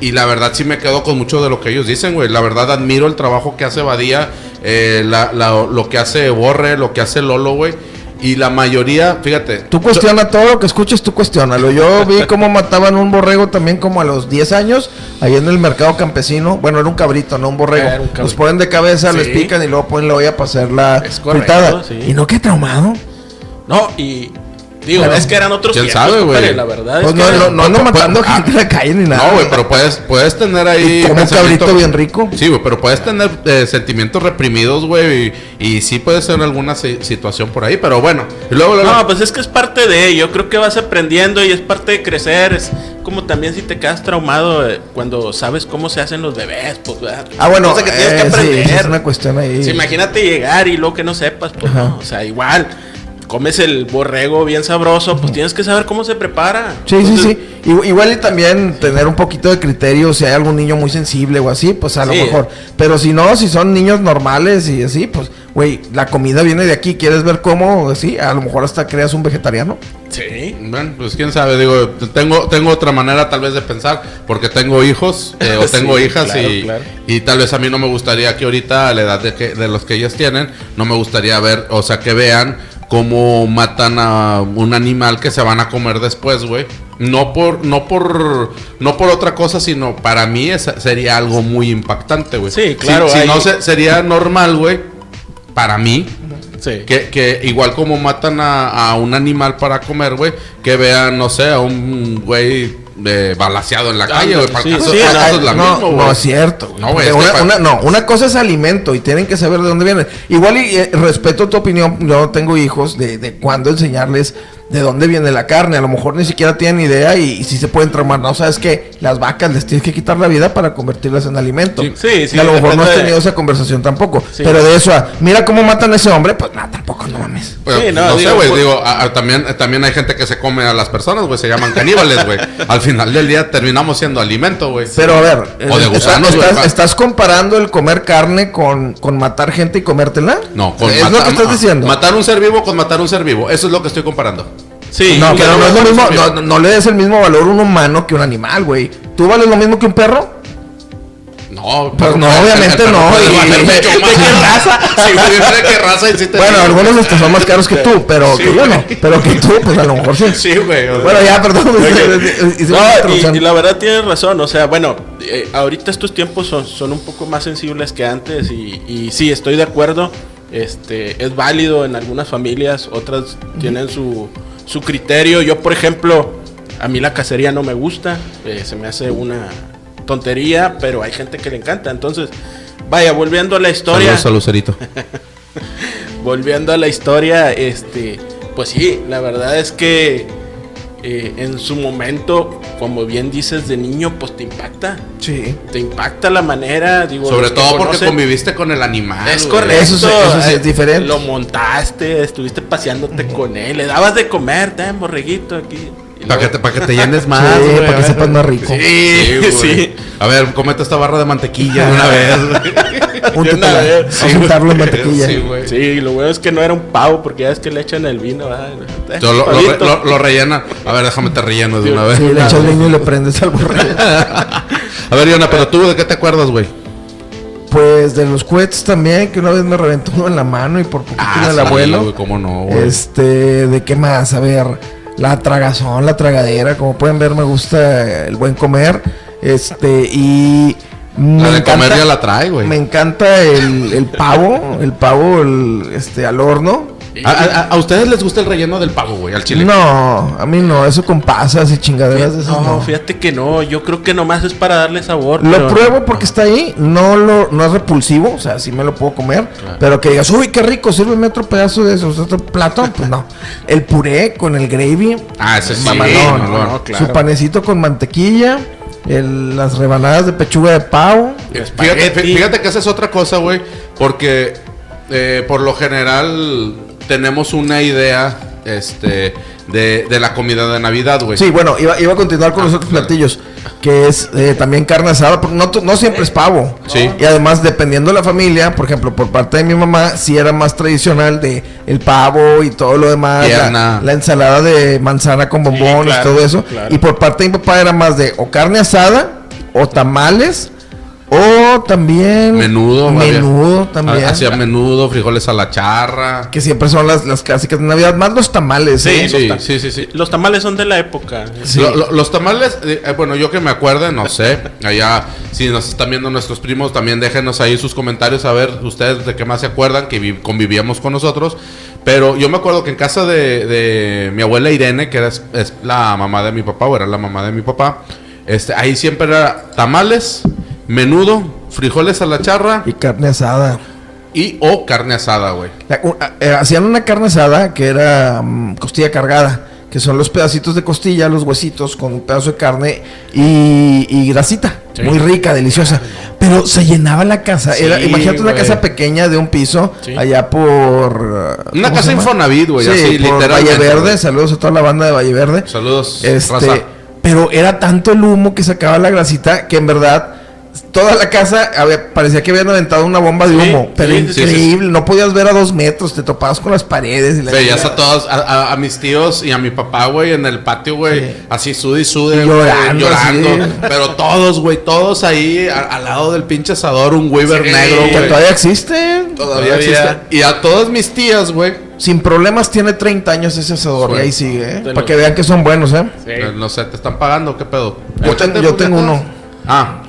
Speaker 1: Y la verdad sí me quedo con mucho de lo que ellos dicen, güey. La verdad admiro el trabajo que hace Badía, eh, la- la- lo que hace Borre, lo que hace Lolo, güey. Y la mayoría, fíjate,
Speaker 2: Tú cuestiona todo lo que escuches, tú cuestionalo. Yo vi cómo mataban un borrego también como a los 10 años, ahí en el mercado campesino. Bueno, era un cabrito, no un borrego.
Speaker 3: Era un cabrito.
Speaker 2: Los ponen de cabeza, les
Speaker 3: Sí.
Speaker 2: pican y luego ponen la olla para hacer la
Speaker 3: Es correcto,
Speaker 2: fritada.
Speaker 3: sí.
Speaker 2: Y no qué traumado.
Speaker 3: No, y. Digo,
Speaker 2: Pero-
Speaker 3: es que eran otros
Speaker 1: ¿Quién
Speaker 3: tiempos,
Speaker 1: sabe, güey?
Speaker 3: compadre, La verdad
Speaker 2: Pues
Speaker 3: Ah, es
Speaker 2: no,
Speaker 3: que.
Speaker 2: no,
Speaker 3: eran-
Speaker 2: no ando
Speaker 1: pues,
Speaker 2: matando
Speaker 1: ah,
Speaker 2: gente en la calle ni nada.
Speaker 1: No, güey, pero puedes, puedes tener
Speaker 3: pues,
Speaker 1: ahí.
Speaker 2: Y como un
Speaker 1: pensamiento-
Speaker 2: cabrito bien rico.
Speaker 1: Sí, güey, pero puedes tener eh, sentimientos reprimidos, güey. Y, y sí puede ser alguna si- situación por ahí, pero bueno. Y luego, luego-
Speaker 3: No, pues es que es parte de, yo creo que vas aprendiendo y es parte de crecer, es como también si te quedas traumado eh, cuando sabes cómo se hacen los bebés, pues ¿verdad?
Speaker 2: Ah, bueno,
Speaker 3: Cosa que tienes que
Speaker 2: eh, sí,
Speaker 3: aprender.
Speaker 2: esa es una cuestión ahí.
Speaker 3: Sí, imagínate llegar y lo que no sepas, pues
Speaker 2: Eh. Ajá.
Speaker 3: no, o sea, igual comes el borrego bien sabroso, pues tienes que saber cómo se prepara.
Speaker 2: Sí, sí,
Speaker 3: Entonces,
Speaker 2: sí. Igu- Igual y también tener un poquito de criterio, si hay algún niño muy sensible o así, pues a lo
Speaker 3: Sí.
Speaker 2: mejor. Pero si no, si son niños normales y así, pues, güey, la comida viene de aquí, ¿quieres ver cómo? Sí, a lo mejor hasta creas un vegetariano.
Speaker 3: Sí.
Speaker 1: Bueno, pues quién sabe, digo, tengo, tengo otra manera tal vez de pensar, porque tengo hijos eh, o
Speaker 3: Sí,
Speaker 1: tengo hijas
Speaker 3: claro,
Speaker 1: y,
Speaker 3: claro.
Speaker 1: y tal vez a mí no me gustaría que ahorita, a la edad de, que, de los que ellas tienen, no me gustaría ver, o sea, que vean cómo matan a un animal que se van a comer después, güey. No por, no por, no por otra cosa, sino para mí es- sería algo muy impactante, güey.
Speaker 3: Sí,
Speaker 1: Si-
Speaker 3: claro,
Speaker 1: Si,
Speaker 3: hay-
Speaker 1: no, se- sería normal, güey, para mí,
Speaker 3: Sí.
Speaker 1: que, que igual como matan a, a un animal para comer, güey, que vean, no sé, a un güey eh, balaseado en la calle, güey.
Speaker 3: sí,
Speaker 1: para
Speaker 3: sí,
Speaker 1: casos-
Speaker 3: sí,
Speaker 1: para
Speaker 3: no,
Speaker 1: casos la
Speaker 2: Pues no,
Speaker 1: misma, güey.
Speaker 2: no es cierto.
Speaker 1: No, güey, es
Speaker 2: Porque
Speaker 1: que
Speaker 2: una,
Speaker 1: pa-
Speaker 2: una- no, una cosa es alimento y tienen que saber de dónde viene. Igual y eh, respeto tu opinión, yo no tengo hijos, de, de cuándo enseñarles de dónde viene la carne. A lo mejor ni siquiera tienen idea y, si se pueden tramar. No, sabes que las vacas les tienes que quitar la vida para convertirlas en alimento.
Speaker 3: Sí, sí, sí,
Speaker 2: Y a lo mejor no has
Speaker 3: depende de-
Speaker 2: tenido esa conversación tampoco.
Speaker 3: Sí.
Speaker 2: Pero de eso a, mira cómo matan a ese hombre, pues nada, tampoco, no mames.
Speaker 1: Pero,
Speaker 3: Sí, no,
Speaker 1: no,
Speaker 3: digo,
Speaker 1: sé, güey.
Speaker 3: pues-
Speaker 1: Digo, a- a- también, eh, también hay gente que se come a las personas, güey. Se llaman caníbales, güey. Al final del día terminamos siendo alimento, güey.
Speaker 2: Pero a ver,
Speaker 1: O de
Speaker 2: eh,
Speaker 1: gusanos, güey,
Speaker 2: estás,
Speaker 1: pa-
Speaker 2: estás comparando el comer carne con, con matar gente y comértela?
Speaker 1: No, con
Speaker 2: es lo
Speaker 1: matar-
Speaker 2: que estás diciendo.
Speaker 1: Matar un ser vivo con matar un ser vivo. Eso es lo que estoy comparando.
Speaker 3: Sí.
Speaker 2: no,
Speaker 3: Igual-
Speaker 2: pero no es lo mismo,
Speaker 1: vivo.
Speaker 2: no, no- no le des el mismo valor a un humano que a un animal, güey. ¿Tú vales lo mismo que un perro?
Speaker 1: No, No,
Speaker 2: Pues no,
Speaker 1: el-
Speaker 2: obviamente
Speaker 1: el
Speaker 2: no,
Speaker 1: perro puede
Speaker 2: y-
Speaker 1: valer mucho
Speaker 2: ¿de
Speaker 1: más.
Speaker 2: qué raza?
Speaker 1: Sí, güey, ¿de qué raza? Y sí te
Speaker 2: Bueno,
Speaker 1: digo.
Speaker 2: algunos hasta son más caros que tú, pero que yo no. Pero que tú, pues a lo mejor sí.
Speaker 1: Sí, güey. o sea,
Speaker 2: Bueno, ya, perdón. hice una
Speaker 3: No,
Speaker 2: interrupción.
Speaker 3: y, y la verdad tienes razón, o sea, bueno, eh, ahorita estos tiempos son, son un poco más sensibles que antes y, y sí, estoy de acuerdo, este, es válido en algunas familias, otras tienen su, su criterio, yo por ejemplo, a mí la cacería no me gusta, eh, se me hace una tontería, pero hay gente que le encanta, entonces, vaya, volviendo a la historia
Speaker 1: Saludos a Lucerito.
Speaker 3: volviendo a la historia, este, pues sí, la verdad es que eh, en su momento, como bien dices, de niño, pues te impacta,
Speaker 2: Sí.
Speaker 3: te impacta la manera, digo, los
Speaker 1: Sobre
Speaker 3: que
Speaker 1: todo porque
Speaker 3: conocen-
Speaker 1: conviviste con el animal.
Speaker 3: Es
Speaker 1: güey.
Speaker 3: correcto.
Speaker 2: Eso sí- eso sí es
Speaker 3: eh,
Speaker 2: diferente.
Speaker 3: Lo montaste, estuviste paseándote con él, le dabas de comer, te borreguito aquí. y
Speaker 1: Para que,
Speaker 3: luego-
Speaker 1: te, para que te llenes más.
Speaker 2: Sí,
Speaker 1: güey,
Speaker 2: para
Speaker 1: a
Speaker 2: que
Speaker 1: ver.
Speaker 2: sepas más rico.
Speaker 1: Sí,
Speaker 3: Sí,
Speaker 1: güey.
Speaker 3: sí.
Speaker 1: A ver, comete esta barra de mantequilla de una vez.
Speaker 2: Úntatela.
Speaker 3: vez,
Speaker 2: Vamos
Speaker 1: Sí,
Speaker 2: a untarlo en
Speaker 1: güey.
Speaker 2: mantequilla.
Speaker 1: Sí, güey.
Speaker 3: Sí, lo bueno es que no era un pavo, porque ya es que le echan el vino. ¿verdad? Eh,
Speaker 1: Yo lo, lo, re-
Speaker 3: pavito.
Speaker 1: lo- lo rellena. A ver, déjame te relleno de una vez.
Speaker 2: Sí, le echas leña y le prendes al borrego.
Speaker 1: A ver, Iona, pero tú, ¿de qué te acuerdas, güey?
Speaker 2: Pues de los cohetes también, que una vez me reventó uno en la mano y por poquito en el
Speaker 1: sí,
Speaker 2: abuelo.
Speaker 1: Ah, güey, ¿Cómo no, güey?
Speaker 2: Este, ¿de qué más? A ver, la tragazón, la tragadera, como pueden ver me gusta el buen comer. Este, y...
Speaker 1: La
Speaker 2: me
Speaker 1: de comer
Speaker 2: encanta-
Speaker 1: ya la trae,
Speaker 2: Me
Speaker 1: güey.
Speaker 2: encanta el, el pavo, el pavo el, este, al horno.
Speaker 1: ¿A, a, a ustedes les gusta el relleno del pavo, güey, al chile?
Speaker 2: No, a mí no, eso con pasas y chingaderas de esas.
Speaker 3: No,
Speaker 2: no.
Speaker 3: fíjate que no, yo creo que nomás es para darle sabor.
Speaker 2: Lo
Speaker 3: pero-
Speaker 2: pruebo porque está ahí, no lo no es repulsivo, o sea, sí me lo puedo comer, pero que digas, uy, qué rico, sírveme otro pedazo de eso, otro plato, pues no. El puré con el gravy,
Speaker 1: Ah, ese sí.
Speaker 2: mamalón,
Speaker 1: no, no,
Speaker 3: no,
Speaker 2: su
Speaker 3: claro.
Speaker 2: panecito con mantequilla, el- las rebanadas de pechuga de pavo.
Speaker 1: Fíjate,
Speaker 3: Espagueti.
Speaker 1: fíjate que esa es otra cosa, güey. Porque eh, por lo general tenemos una idea este, de, de la comida de Navidad, güey.
Speaker 2: Sí, bueno, iba, iba a continuar con los otros platillos, que es eh, también carne asada, porque no, to- no siempre es pavo.
Speaker 1: Sí.
Speaker 2: Y además, dependiendo de la familia, por ejemplo, por parte de mi mamá, sí era más tradicional de el pavo y todo lo demás,
Speaker 1: Pierna.
Speaker 2: la, la ensalada de manzana con bombones,
Speaker 3: claro,
Speaker 2: todo eso.
Speaker 3: claro.
Speaker 2: Y por parte de mi papá era más de o carne asada, o tamales, o también...
Speaker 1: Menudo, güey.
Speaker 2: Menudo también.
Speaker 1: Ha- Hacía menudo, frijoles a la charra.
Speaker 2: Que siempre son las, las clásicas de Navidad, más los tamales.
Speaker 3: Sí,
Speaker 2: ¿eh?
Speaker 3: los
Speaker 1: Sí,
Speaker 3: ta-
Speaker 1: sí, sí, sí.
Speaker 3: Los tamales son de la época.
Speaker 2: Sí.
Speaker 1: Lo- lo- los tamales, eh, eh, bueno, yo que me acuerde, no sé. Allá, si nos están viendo nuestros primos, también déjenos ahí sus comentarios a ver ustedes de qué más se acuerdan, que vi- convivíamos con nosotros. Pero yo me acuerdo que en casa de, de mi abuela Irene, que era, es, es la mamá de mi papá, o era la mamá de mi papá, este, ahí siempre era tamales, menudo, frijoles a la charra
Speaker 2: Y carne asada.
Speaker 1: y o carne asada, güey.
Speaker 2: La- u- a- eh, hacían una carne asada que era mm, costilla cargada, que son los pedacitos de costilla, los huesitos con un pedazo de carne y, y grasita, muy rica, deliciosa. Pero se llenaba la casa.
Speaker 3: Sí,
Speaker 2: era, imagínate una
Speaker 3: güey.
Speaker 2: casa pequeña de un piso,
Speaker 3: Sí.
Speaker 2: allá por. uh,
Speaker 1: Una
Speaker 2: ¿cómo
Speaker 1: casa
Speaker 2: se llama?
Speaker 1: Infonavit, güey,
Speaker 2: Sí,
Speaker 1: así,
Speaker 2: por
Speaker 1: literalmente,
Speaker 2: Valle Verde,
Speaker 1: güey.
Speaker 2: saludos a toda la banda de Valle Verde.
Speaker 1: Saludos,
Speaker 2: Este,
Speaker 1: Eh, raza.
Speaker 2: pero era tanto el humo que sacaba la grasita que en verdad toda la casa había- parecía que habían aventado una bomba de
Speaker 3: Sí,
Speaker 2: humo.
Speaker 3: sí,
Speaker 2: pero
Speaker 3: sí, sí, sí.
Speaker 2: increíble, no podías ver a dos metros, te topabas con las paredes. Y la
Speaker 1: Veías
Speaker 2: chingada.
Speaker 1: a todos, a, a- a mis tíos y a mi papá, güey, en el patio, güey,
Speaker 2: Sí.
Speaker 1: así sude y sude,
Speaker 2: Y
Speaker 1: güey,
Speaker 2: llorando,
Speaker 1: llorando.
Speaker 2: sí.
Speaker 1: Pero todos, güey, todos ahí a- al lado del pinche asador, un Weaver
Speaker 3: Sí,
Speaker 1: negro,
Speaker 2: Que
Speaker 1: güey.
Speaker 2: todavía existe.
Speaker 1: Todavía existe. Y a todas mis tías, güey,
Speaker 2: Sin problemas tiene 30 años ese asador y
Speaker 1: Suerte.
Speaker 2: ahí sigue. ¿eh?
Speaker 3: Te lo-
Speaker 2: Para que vean que son buenos, ¿eh?
Speaker 1: eh, no sé, ¿te están pagando? ¿Qué pedo?
Speaker 2: Yo,
Speaker 1: Móchate,
Speaker 2: tengo- yo
Speaker 1: puñetas.
Speaker 2: tengo uno.
Speaker 1: Ah,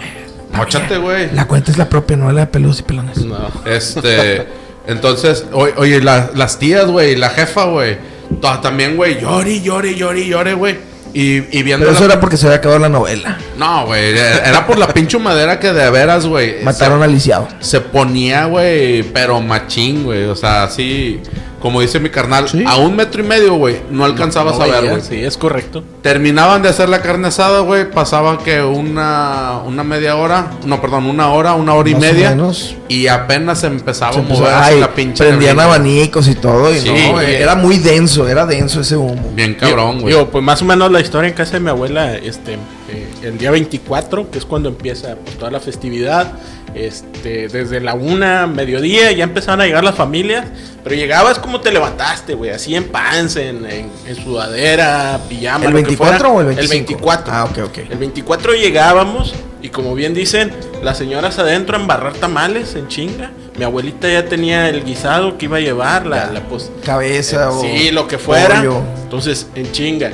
Speaker 1: mochate, güey.
Speaker 2: La cuenta es la propia, no la de peludos y pelones.
Speaker 3: No.
Speaker 1: Este, entonces, oye, oye, la- las tías, güey, la jefa, güey, to- también, güey, llore, llore, llore, llore, güey. Y, y viendo
Speaker 2: Pero eso
Speaker 1: la-
Speaker 2: era porque se había acabado la novela.
Speaker 1: No, güey, era era por la pinche madera que de veras, güey.
Speaker 2: Mataron
Speaker 1: se,
Speaker 2: a Lisiado.
Speaker 1: se ponía, güey, pero machín, güey. O sea, así, como dice mi carnal,
Speaker 2: Sí.
Speaker 1: a un metro y medio, güey, no alcanzabas
Speaker 3: No
Speaker 1: a ver,
Speaker 3: veía,
Speaker 1: güey.
Speaker 3: Sí, es correcto.
Speaker 1: Terminaban de hacer la carne asada, güey, pasaba que una, una media hora, no, perdón, una hora, una hora y
Speaker 2: Más o
Speaker 1: media.
Speaker 2: menos.
Speaker 1: Y apenas empezaba
Speaker 2: Se
Speaker 1: Ah, a
Speaker 2: empezó-
Speaker 1: mover así
Speaker 2: ay,
Speaker 1: la pinche.
Speaker 2: prendían
Speaker 1: neblina.
Speaker 2: abanicos y todo. Y
Speaker 1: Sí,
Speaker 2: no,
Speaker 1: güey.
Speaker 2: era muy denso, era denso ese humo.
Speaker 1: Bien cabrón, güey.
Speaker 3: Digo, pues más o menos la historia en casa de mi abuela, este, eh, el día 24, que es cuando empieza pues, toda la festividad, este, desde la una, mediodía, ya empezaban a llegar las familias, pero llegabas como te levantaste, güey, así en pants, en, en- en sudadera, pijama.
Speaker 2: ¿El
Speaker 3: lo que
Speaker 2: 24
Speaker 3: fuera.
Speaker 2: o el 25?
Speaker 3: 24.
Speaker 2: Ah, ok, ok.
Speaker 3: El 24 llegábamos y como bien dicen, Las señoras adentro a embarrar tamales en chinga. Mi abuelita ya tenía el guisado que iba a llevar, la, la pues,
Speaker 2: Cabeza o.
Speaker 3: sí, lo que fuera.
Speaker 2: pollo.
Speaker 3: Entonces, en chinga.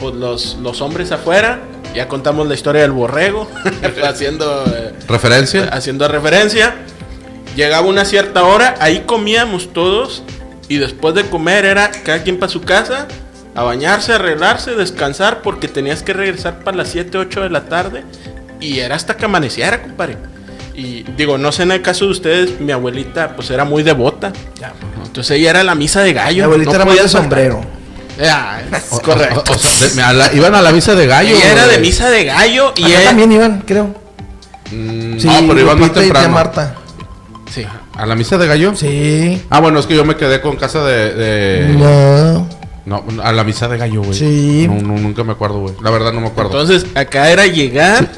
Speaker 3: Pues los, los hombres afuera, ya contamos la historia del borrego, haciendo, eh,
Speaker 1: ¿Referencia?
Speaker 3: haciendo referencia. Llegaba una cierta hora, ahí comíamos todos y después de comer era cada quien para su casa, a bañarse, arreglarse, descansar, porque tenías que regresar para las 7, 8 de la tarde y era hasta que amaneciera, compadre. Y digo, no sé en el caso de ustedes, mi abuelita pues era muy devota. Entonces ella era la misa de gallo.
Speaker 2: Mi abuelita
Speaker 3: no
Speaker 2: era muy
Speaker 3: podía
Speaker 2: de
Speaker 3: faltar.
Speaker 2: sombrero.
Speaker 3: Ah, es
Speaker 1: O-
Speaker 3: correcto.
Speaker 1: o- o sea, de- a la- iban a la misa de gallo.
Speaker 3: ella era de
Speaker 1: güey.
Speaker 3: misa de gallo y
Speaker 2: Acá
Speaker 3: ella...
Speaker 2: también iban, creo.
Speaker 1: Mm, no, pero iban más
Speaker 2: Lupita y tía
Speaker 1: temprano.
Speaker 2: Marta.
Speaker 3: Sí.
Speaker 1: ¿A la misa de gallo?
Speaker 2: Sí.
Speaker 1: Ah, bueno, es que yo me quedé con casa de. de-
Speaker 2: No.
Speaker 1: No, a la misa de gallo, güey.
Speaker 2: Sí.
Speaker 1: No, no, nunca me acuerdo, güey. La verdad no me acuerdo.
Speaker 3: Entonces, acá era llegar.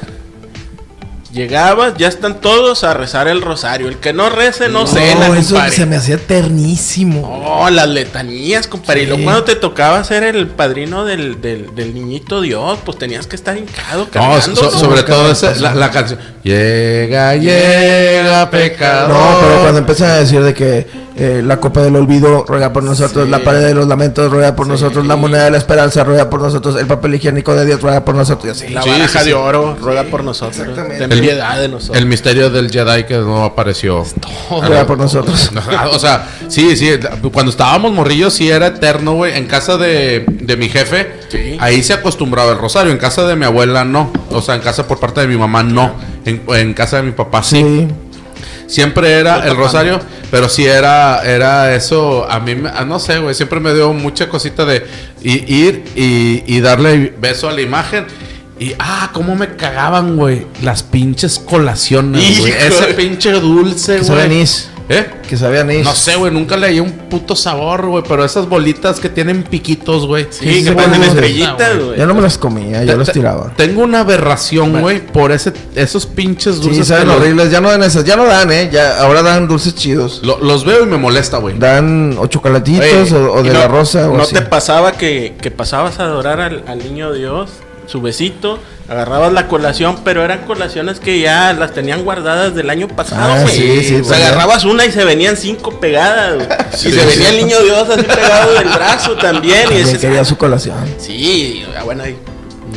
Speaker 3: Llegabas, ya están todos a rezar el rosario. El que no rece no, cena,
Speaker 2: No, eso
Speaker 3: compadre.
Speaker 2: se me hacía eternísimo.
Speaker 3: No, las letanías, compadre. Y luego
Speaker 2: Sí.
Speaker 3: cuando te tocaba ser el padrino del, del, del niñito Dios, pues tenías que estar hincado,
Speaker 1: No,
Speaker 3: cargando.
Speaker 1: so-
Speaker 3: ¿no?
Speaker 1: sobre todo
Speaker 2: cargando.
Speaker 1: esa, la, la canción. Llega, llega,
Speaker 2: No,
Speaker 1: pecador.
Speaker 2: pero cuando empiezan a decir de que eh, la copa del olvido ruega por nosotros,
Speaker 3: Sí.
Speaker 2: la pared de los lamentos ruega por nosotros, la moneda de la esperanza ruega por nosotros, el papel higiénico de Dios ruega por nosotros. y así.
Speaker 3: La
Speaker 1: Sí,
Speaker 3: baraja
Speaker 1: sí, sí.
Speaker 3: de oro, ruega por nosotros.
Speaker 2: exactamente.
Speaker 3: Ten
Speaker 1: El-
Speaker 3: piedad de nosotros.
Speaker 1: El misterio del Jedi que no apareció.
Speaker 2: ruega por nosotros.
Speaker 1: o sea, sí, sí. la- Cuando estábamos morrillos, sí era eterno, güey. En casa de, de mi jefe,
Speaker 3: Sí.
Speaker 1: ahí se acostumbraba el rosario. En casa de mi abuela, no. O sea, en casa por parte de mi mamá, no. En, en casa de mi papá, sí.
Speaker 2: Sí.
Speaker 1: Siempre era el rosario, pero sí era, era eso. A mí, me- ah, no sé, güey, siempre me dio mucha cosita de i- ir y, y darle beso a la imagen. Y, ah, cómo me cagaban, güey, las pinches colaciones, güey.
Speaker 3: Hijo.
Speaker 1: Ese pinche dulce,
Speaker 2: Que sabe
Speaker 1: güey.
Speaker 2: anís.
Speaker 1: ¿Eh?
Speaker 2: Que sabe anís.
Speaker 1: No sé, güey, nunca le hallé un puto sabor, güey, pero esas bolitas que tienen piquitos, güey.
Speaker 3: Sí,
Speaker 2: sí,
Speaker 3: que
Speaker 2: sí,
Speaker 3: ponen
Speaker 2: sí, sí.
Speaker 3: estrellitas, güey.
Speaker 2: Yo no me las comía, yo las
Speaker 1: Te- te-
Speaker 2: Ah, tiraba.
Speaker 1: Tengo una aberración, güey, por ese, esos pinches dulces.
Speaker 2: Sí,
Speaker 1: que
Speaker 2: saben
Speaker 1: los-
Speaker 2: horribles. Ya no dan esas, ya no dan, eh. Ya, ahora dan dulces chidos.
Speaker 1: lo- los veo y me molesta, güey.
Speaker 2: Dan o chocolatitos
Speaker 3: Oye,
Speaker 2: o, o
Speaker 3: y
Speaker 2: de
Speaker 3: no-
Speaker 2: la rosa o
Speaker 3: ¿No
Speaker 2: así.
Speaker 3: te pasaba que, que pasabas a adorar al, al niño Dios? Su besito, agarrabas la colación, pero eran colaciones que ya las tenían guardadas del año pasado,
Speaker 2: Ah,
Speaker 3: güey.
Speaker 2: sí, sí,
Speaker 3: O sea,
Speaker 2: pues,
Speaker 3: agarrabas una y se venían cinco pegadas, güey.
Speaker 1: Sí,
Speaker 3: y se
Speaker 1: sí.
Speaker 3: venía el niño Dios así pegado del brazo también. Y
Speaker 2: También
Speaker 3: decías,
Speaker 2: quería su colación.
Speaker 3: Sí, ah, bueno, y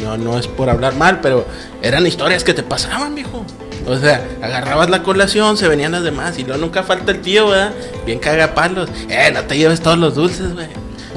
Speaker 3: no, no es por hablar mal, pero eran historias que te pasaban, viejo. O sea, agarrabas la colación, se venían las demás, y luego nunca falta el tío, ¿verdad? Bien caga palos. Eh, no te lleves todos los dulces, güey.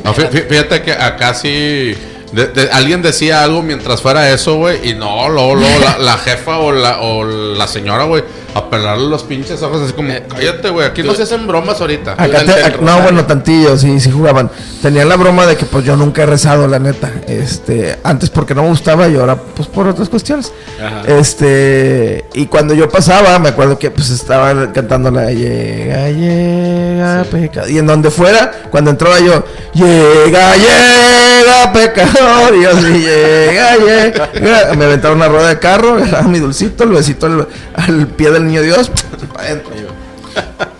Speaker 1: No, fí- fí- fíjate que acá sí. de- de- alguien decía algo mientras fuera eso, güey. Y no, lo, lo, la, la jefa o la, o la señora, güey, a pelarle los pinches ojos así como, cállate, güey. Aquí no se hacen bromas ahorita.
Speaker 2: Acá te-
Speaker 3: Durante el
Speaker 2: ac- no,
Speaker 3: rosario.
Speaker 2: bueno, tantillo, sí, sí jugaban. Tenían la broma de que pues yo nunca he rezado, la neta. Este, antes porque no me gustaba y ahora pues por otras cuestiones.
Speaker 3: Ajá.
Speaker 2: Este, y cuando yo pasaba, me acuerdo que pues estaba cantando la llega, llega, pecador. Y en donde fuera, cuando entraba yo, llega, llega, pecador. Y yo así, llega, llega. Me aventaba una rueda de carro, agarraba mi dulcito, el besito al, al pie del niño Dios. pa' adentro.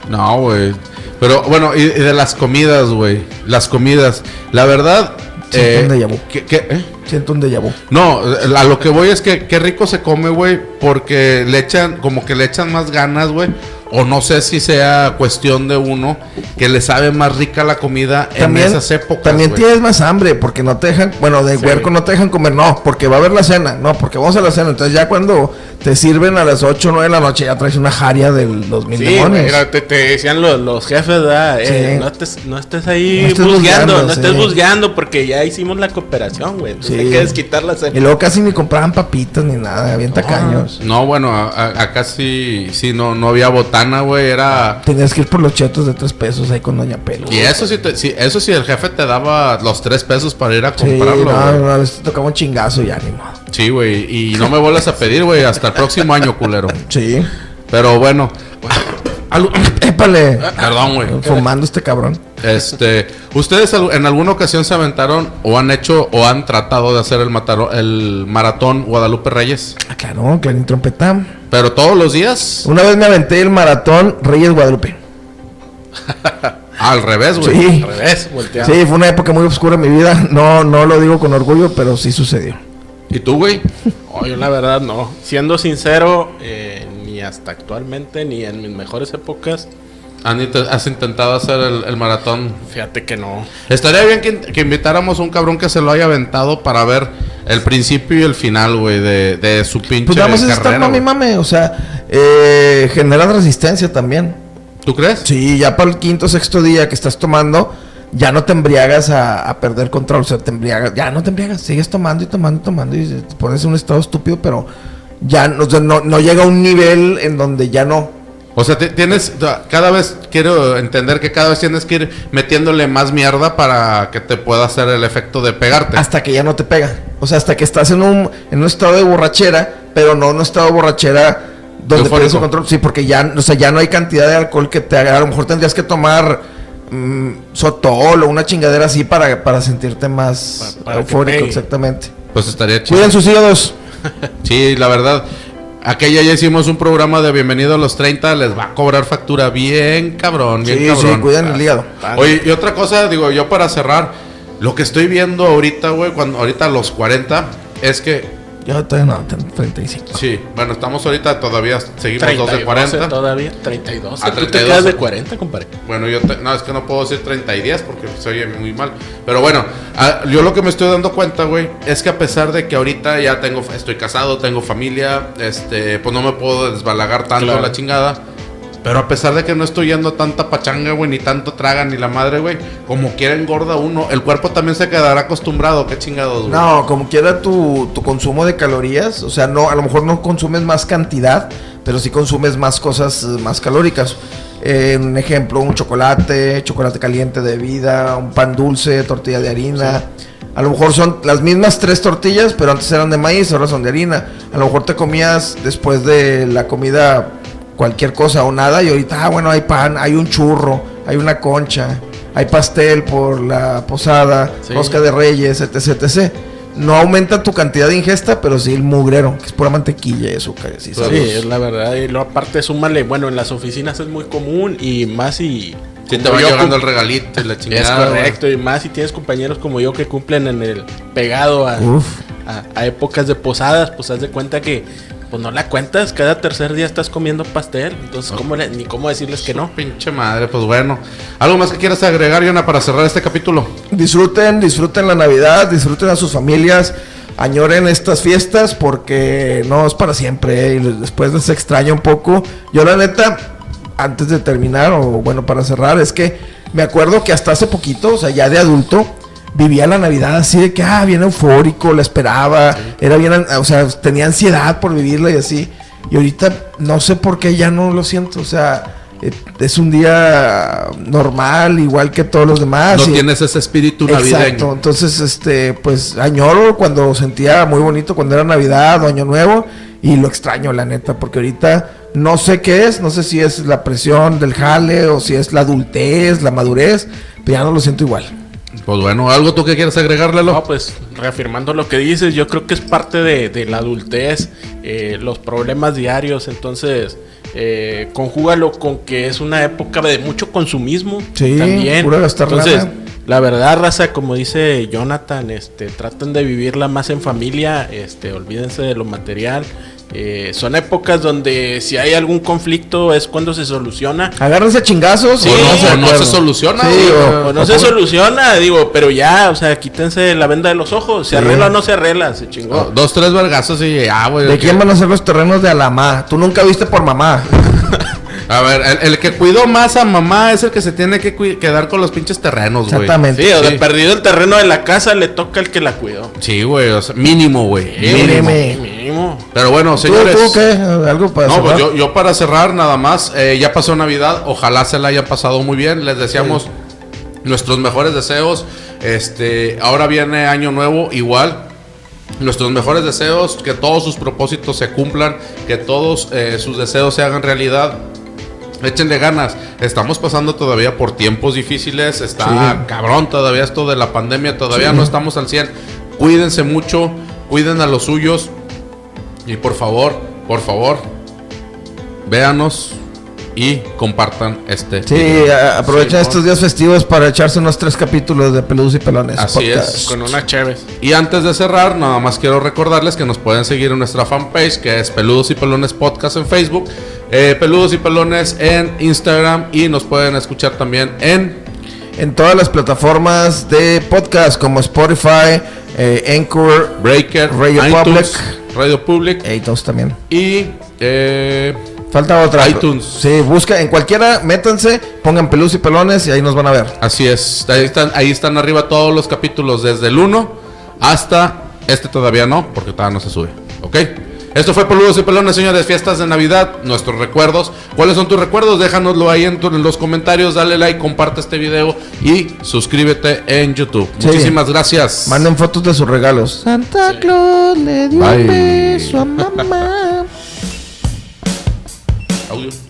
Speaker 1: No, güey. Pero bueno, y, y de las comidas, güey. Las comidas. La verdad.
Speaker 2: Sí, ¿dónde llamó?
Speaker 1: que- que- ¿eh?
Speaker 2: Siento un déjà vu.
Speaker 1: No, a lo que voy es que qué rico se come, güey, porque le echan, como que le echan más ganas, güey. O no sé si sea cuestión de uno que le sabe más rica la comida en esas épocas.
Speaker 2: También
Speaker 1: güey.
Speaker 2: tienes más hambre porque no te dejan, bueno, de huerco no te dejan comer, no, porque va a haber la cena, no, porque vamos a la cena. Entonces ya cuando te sirven a las 8 o 9 de la noche ya traes una jaria de los mil
Speaker 3: Sí,
Speaker 2: demonios.
Speaker 3: güey, era- te, te decían los, los jefes, ¿verdad? Eh,
Speaker 2: Sí.
Speaker 3: no, estés, no estés ahí
Speaker 2: No estés
Speaker 3: busgueando,
Speaker 2: busgueando,
Speaker 3: no estés
Speaker 2: sí.
Speaker 3: busgueando porque ya hicimos la cooperación, güey. Entonces
Speaker 2: Sí.
Speaker 3: hay que desquitar la cena.
Speaker 2: Y luego casi ni compraban papitas ni nada, habían tacaños.
Speaker 1: No, bueno, a- a- acá sí, sí, no, no había botana, güey, era...
Speaker 2: Tenías que ir por los chetos de 3 pesos ahí con Doña Pelo.
Speaker 1: Y eso sí, te- sí, eso sí, el jefe te daba los tres pesos para ir a
Speaker 2: Sí,
Speaker 1: comprarlo,
Speaker 2: no,
Speaker 1: güey.
Speaker 2: no, a veces te tocaba un chingazo y ánimo.
Speaker 1: Sí, güey, y no me vuelvas a pedir, güey, hasta el próximo año, culero.
Speaker 2: Sí.
Speaker 1: Pero bueno,
Speaker 2: Algo- Épale.
Speaker 1: perdón, güey.
Speaker 2: Fumando este cabrón.
Speaker 1: Este, ¿ustedes al- en alguna ocasión se aventaron o han hecho o han tratado de hacer el, mataro- el maratón Guadalupe Reyes?
Speaker 2: Ah, claro, Clarín Trompetam.
Speaker 1: Pero todos los días,
Speaker 2: Una vez me aventé el maratón Reyes Guadalupe.
Speaker 1: al revés, güey.
Speaker 2: Sí.
Speaker 3: Al revés, volteado.
Speaker 2: Sí, fue una época muy oscura en mi vida. No, no lo digo con orgullo, pero sí sucedió.
Speaker 1: ¿Y tú, güey?
Speaker 3: Oh, yo la verdad no. Siendo sincero, eh, ni ni hasta actualmente, ni en mis mejores épocas.
Speaker 1: Han int- ¿Has intentado hacer el, el maratón?
Speaker 3: Fíjate que no.
Speaker 1: Estaría bien que, que invitáramos a un cabrón que se lo haya aventado para ver el principio y el final, güey, de, de su pinche
Speaker 2: Pues nada más es estar
Speaker 1: carrera.
Speaker 2: mami,
Speaker 1: güey.
Speaker 2: mame. O sea, eh, generas resistencia también.
Speaker 1: ¿Tú crees?
Speaker 2: Sí, ya para el quinto sexto día que estás tomando, ya no te embriagas a, a perder control. O sea, te embriagas, ya no te embriagas, sigues tomando y tomando y tomando y te pones en un estado estúpido, pero ya no, o sea, no, no llega a un nivel en donde ya no.
Speaker 1: O sea, ti- tienes, cada vez quiero entender que cada vez tienes que ir metiéndole más mierda para que te pueda hacer el efecto de pegarte.
Speaker 2: Hasta que ya no te pega. O sea, hasta que estás en un, en un estado de borrachera, pero no en un estado de borrachera donde
Speaker 1: Eufórico.
Speaker 2: pierdes el control. Sí, porque ya, o sea, ya no hay cantidad de alcohol que te haga. A lo mejor tendrías que tomar mm, sotol o una chingadera así para, para sentirte más
Speaker 3: Pa- para que
Speaker 2: eufórico,
Speaker 3: pegue.
Speaker 2: exactamente.
Speaker 1: Pues estaría chido.
Speaker 2: Cuiden sus hígados.
Speaker 1: Sí, la verdad. Aquella ya hicimos un programa de Bienvenido a los 30, les va a cobrar factura bien cabrón, bien
Speaker 2: Sí,
Speaker 1: cabrón.
Speaker 2: sí, cuiden el hígado.
Speaker 1: Oye, y otra cosa, digo, yo para cerrar, lo que estoy viendo ahorita, güey, cuando ahorita a los 40 es que
Speaker 2: Yo todavía no, tengo 35.
Speaker 1: sí, bueno, estamos ahorita todavía seguimos
Speaker 3: 32
Speaker 1: dos pues, de 40.
Speaker 3: todavía, 32.
Speaker 1: Ah,
Speaker 3: Tú te
Speaker 1: 32.
Speaker 3: quedas de 40, compadre.
Speaker 1: Bueno, yo te- no, es que no puedo decir 30 y 10 porque se oye muy mal. Pero bueno, a- yo lo que me estoy dando cuenta, güey, es que a pesar de que ahorita ya tengo, estoy casado, tengo familia, este, pues no me puedo desbalagar tanto
Speaker 3: Claro.
Speaker 1: la chingada. Pero a pesar de que no estoy yendo a tanta pachanga, güey, ni tanto traga, ni la madre, güey, como quiera engorda uno, el cuerpo también se quedará acostumbrado, qué chingados, güey.
Speaker 2: No, como quiera tu, tu consumo de calorías, o sea, no, a lo mejor no consumes más cantidad, pero sí consumes más cosas eh, más calóricas. Eh, un ejemplo, un chocolate, chocolate caliente de vida, un pan dulce, tortilla de harina. A lo mejor son las mismas tres tortillas, pero antes eran de maíz, ahora son de harina. A lo mejor te comías después de la comida cualquier cosa o nada y ahorita, ah, bueno, hay pan, hay un churro, hay una concha, hay pastel por la posada,
Speaker 3: Sí.
Speaker 2: rosca de reyes, etc, etc. No aumenta tu cantidad de ingesta, pero sí el mugrero, que es pura mantequilla y azúcar. y así,
Speaker 1: Claro.
Speaker 2: ¿sabes?
Speaker 3: Sí, es la verdad. Y luego aparte, súmale, bueno, en las oficinas es muy común y más y...
Speaker 1: Si te
Speaker 3: como
Speaker 1: va
Speaker 3: yo
Speaker 1: llegando el
Speaker 3: cum-
Speaker 1: regalito y la
Speaker 3: Es
Speaker 1: chingada. güey.
Speaker 3: correcto, y más si tienes compañeros como yo que cumplen en el pegado a,
Speaker 2: Uf.
Speaker 3: a- a épocas de posadas, pues haz de cuenta que pues no la cuentas, cada tercer día estás comiendo pastel, entonces ¿cómo le- ni cómo decirles que no.
Speaker 1: Pinche madre, pues bueno. ¿Algo más que quieras agregar, Yona, para cerrar este capítulo?
Speaker 2: Disfruten, disfruten la Navidad, disfruten a sus familias, añoren estas fiestas porque no es para siempre ¿eh? y les- después les extraña un poco. Yo la neta, antes de terminar o bueno, para cerrar, es que me acuerdo que hasta hace poquito, o sea, ya de adulto, vivía la Navidad así de que, ah, bien eufórico, la esperaba, era bien, an- o sea, tenía ansiedad por vivirla y así. Y ahorita no sé por qué ya no lo siento, o sea... eh, Es un día normal, igual que todos los demás.
Speaker 1: no
Speaker 2: y-
Speaker 1: tienes ese espíritu navideño.
Speaker 2: Ah, Exacto, entonces este pues añoro cuando sentía muy bonito cuando era Navidad o Año Nuevo y lo extraño la neta porque ahorita no sé qué es, no sé si es la presión del jale o si es la adultez, la madurez, pero ya no lo siento igual.
Speaker 1: Pues bueno, ¿algo tú que quieres agregar, Lalo?
Speaker 3: No, pues reafirmando lo que dices, yo creo que es parte de, de la adultez, eh, los problemas diarios, entonces eh, conjúgalo con que es una época de mucho consumismo
Speaker 2: Sí,
Speaker 3: también.
Speaker 2: puro gastar
Speaker 3: entonces,
Speaker 2: lana.
Speaker 3: la verdad, raza, como dice Jonathan, este, traten de vivirla más en familia, este, olvídense de lo material. eh, son épocas donde si hay algún conflicto es cuando se soluciona
Speaker 2: Agárrense a chingazos
Speaker 1: Sí, o no se soluciona,
Speaker 2: Sí,
Speaker 1: güey,
Speaker 2: o-
Speaker 3: o no
Speaker 2: o
Speaker 3: se
Speaker 2: pongan-
Speaker 3: soluciona, digo, pero ya, o sea, quítense la venda de los ojos. ¿Se
Speaker 2: Sí.
Speaker 3: arregla o no se arregla? Se chingó.
Speaker 1: Oh, Dos, tres vergazos y ya, güey.
Speaker 2: ¿De quién van a ser los terrenos de Alamá? Tú nunca viste por mamá.
Speaker 1: A ver, el, el que cuidó más a mamá es el que se tiene que cui- quedar con los pinches terrenos, güey.
Speaker 2: Exactamente.
Speaker 3: Sí, o de
Speaker 1: Sí.
Speaker 3: perdido el terreno de la casa, le toca al que la cuidó.
Speaker 1: Sí, güey, o sea, mínimo, güey.
Speaker 2: Mínimo.
Speaker 1: Mínimo.
Speaker 3: Mínimo.
Speaker 1: Pero bueno,
Speaker 2: ¿Tú,
Speaker 1: señores.
Speaker 2: tú qué? ¿Algo para
Speaker 1: No, pues yo,
Speaker 2: cerrar?
Speaker 1: yo para cerrar nada más, eh, ya pasó Navidad, ojalá se la haya pasado muy bien, les deseamos nuestros mejores deseos, este, ahora viene Año Nuevo igual, nuestros mejores deseos, que todos sus propósitos se cumplan, que todos eh, sus deseos se hagan realidad. Échenle ganas, estamos pasando todavía por tiempos difíciles, está
Speaker 2: Sí.
Speaker 1: cabrón todavía esto de la pandemia, todavía no estamos al 100. Cuídense mucho, cuiden a los suyos, y por favor, por favor, véanos y compartan este.
Speaker 2: Sí, eh, a- aprovechen estos días festivos para echarse unos tres capítulos de Peludos y Pelones.
Speaker 1: Así es.
Speaker 3: Con unas chéves.
Speaker 1: Y antes de cerrar, nada más quiero recordarles que nos pueden seguir en nuestra fanpage, que es Peludos y Pelones Podcast en Facebook, eh, Peludos y Pelones en Instagram y nos pueden escuchar también en
Speaker 2: En todas las plataformas de podcast como Spotify, eh, Anchor,
Speaker 1: Breaker,
Speaker 2: Radio
Speaker 1: Public, Radio Public
Speaker 2: e iTunes también.
Speaker 1: y eh,
Speaker 2: Falta otra.
Speaker 1: iTunes.
Speaker 2: Sí, busca en cualquiera, métanse, pongan Peludos y Pelones y ahí nos van a ver.
Speaker 1: así es. Ahí están, ahí están arriba todos los capítulos desde el 1 hasta este todavía no, porque todavía no se sube. ¿Ok? Esto fue Peludos y Pelones, señores. Fiestas de Navidad, nuestros recuerdos. ¿Cuáles son tus recuerdos? Déjanoslo ahí en, tu- en los comentarios. Dale like, comparte este video y suscríbete en YouTube.
Speaker 2: Sí.
Speaker 1: Muchísimas gracias.
Speaker 2: Manden fotos de sus regalos. Santa Claus le dio
Speaker 1: Bye.
Speaker 2: un beso a mamá.
Speaker 1: Audio.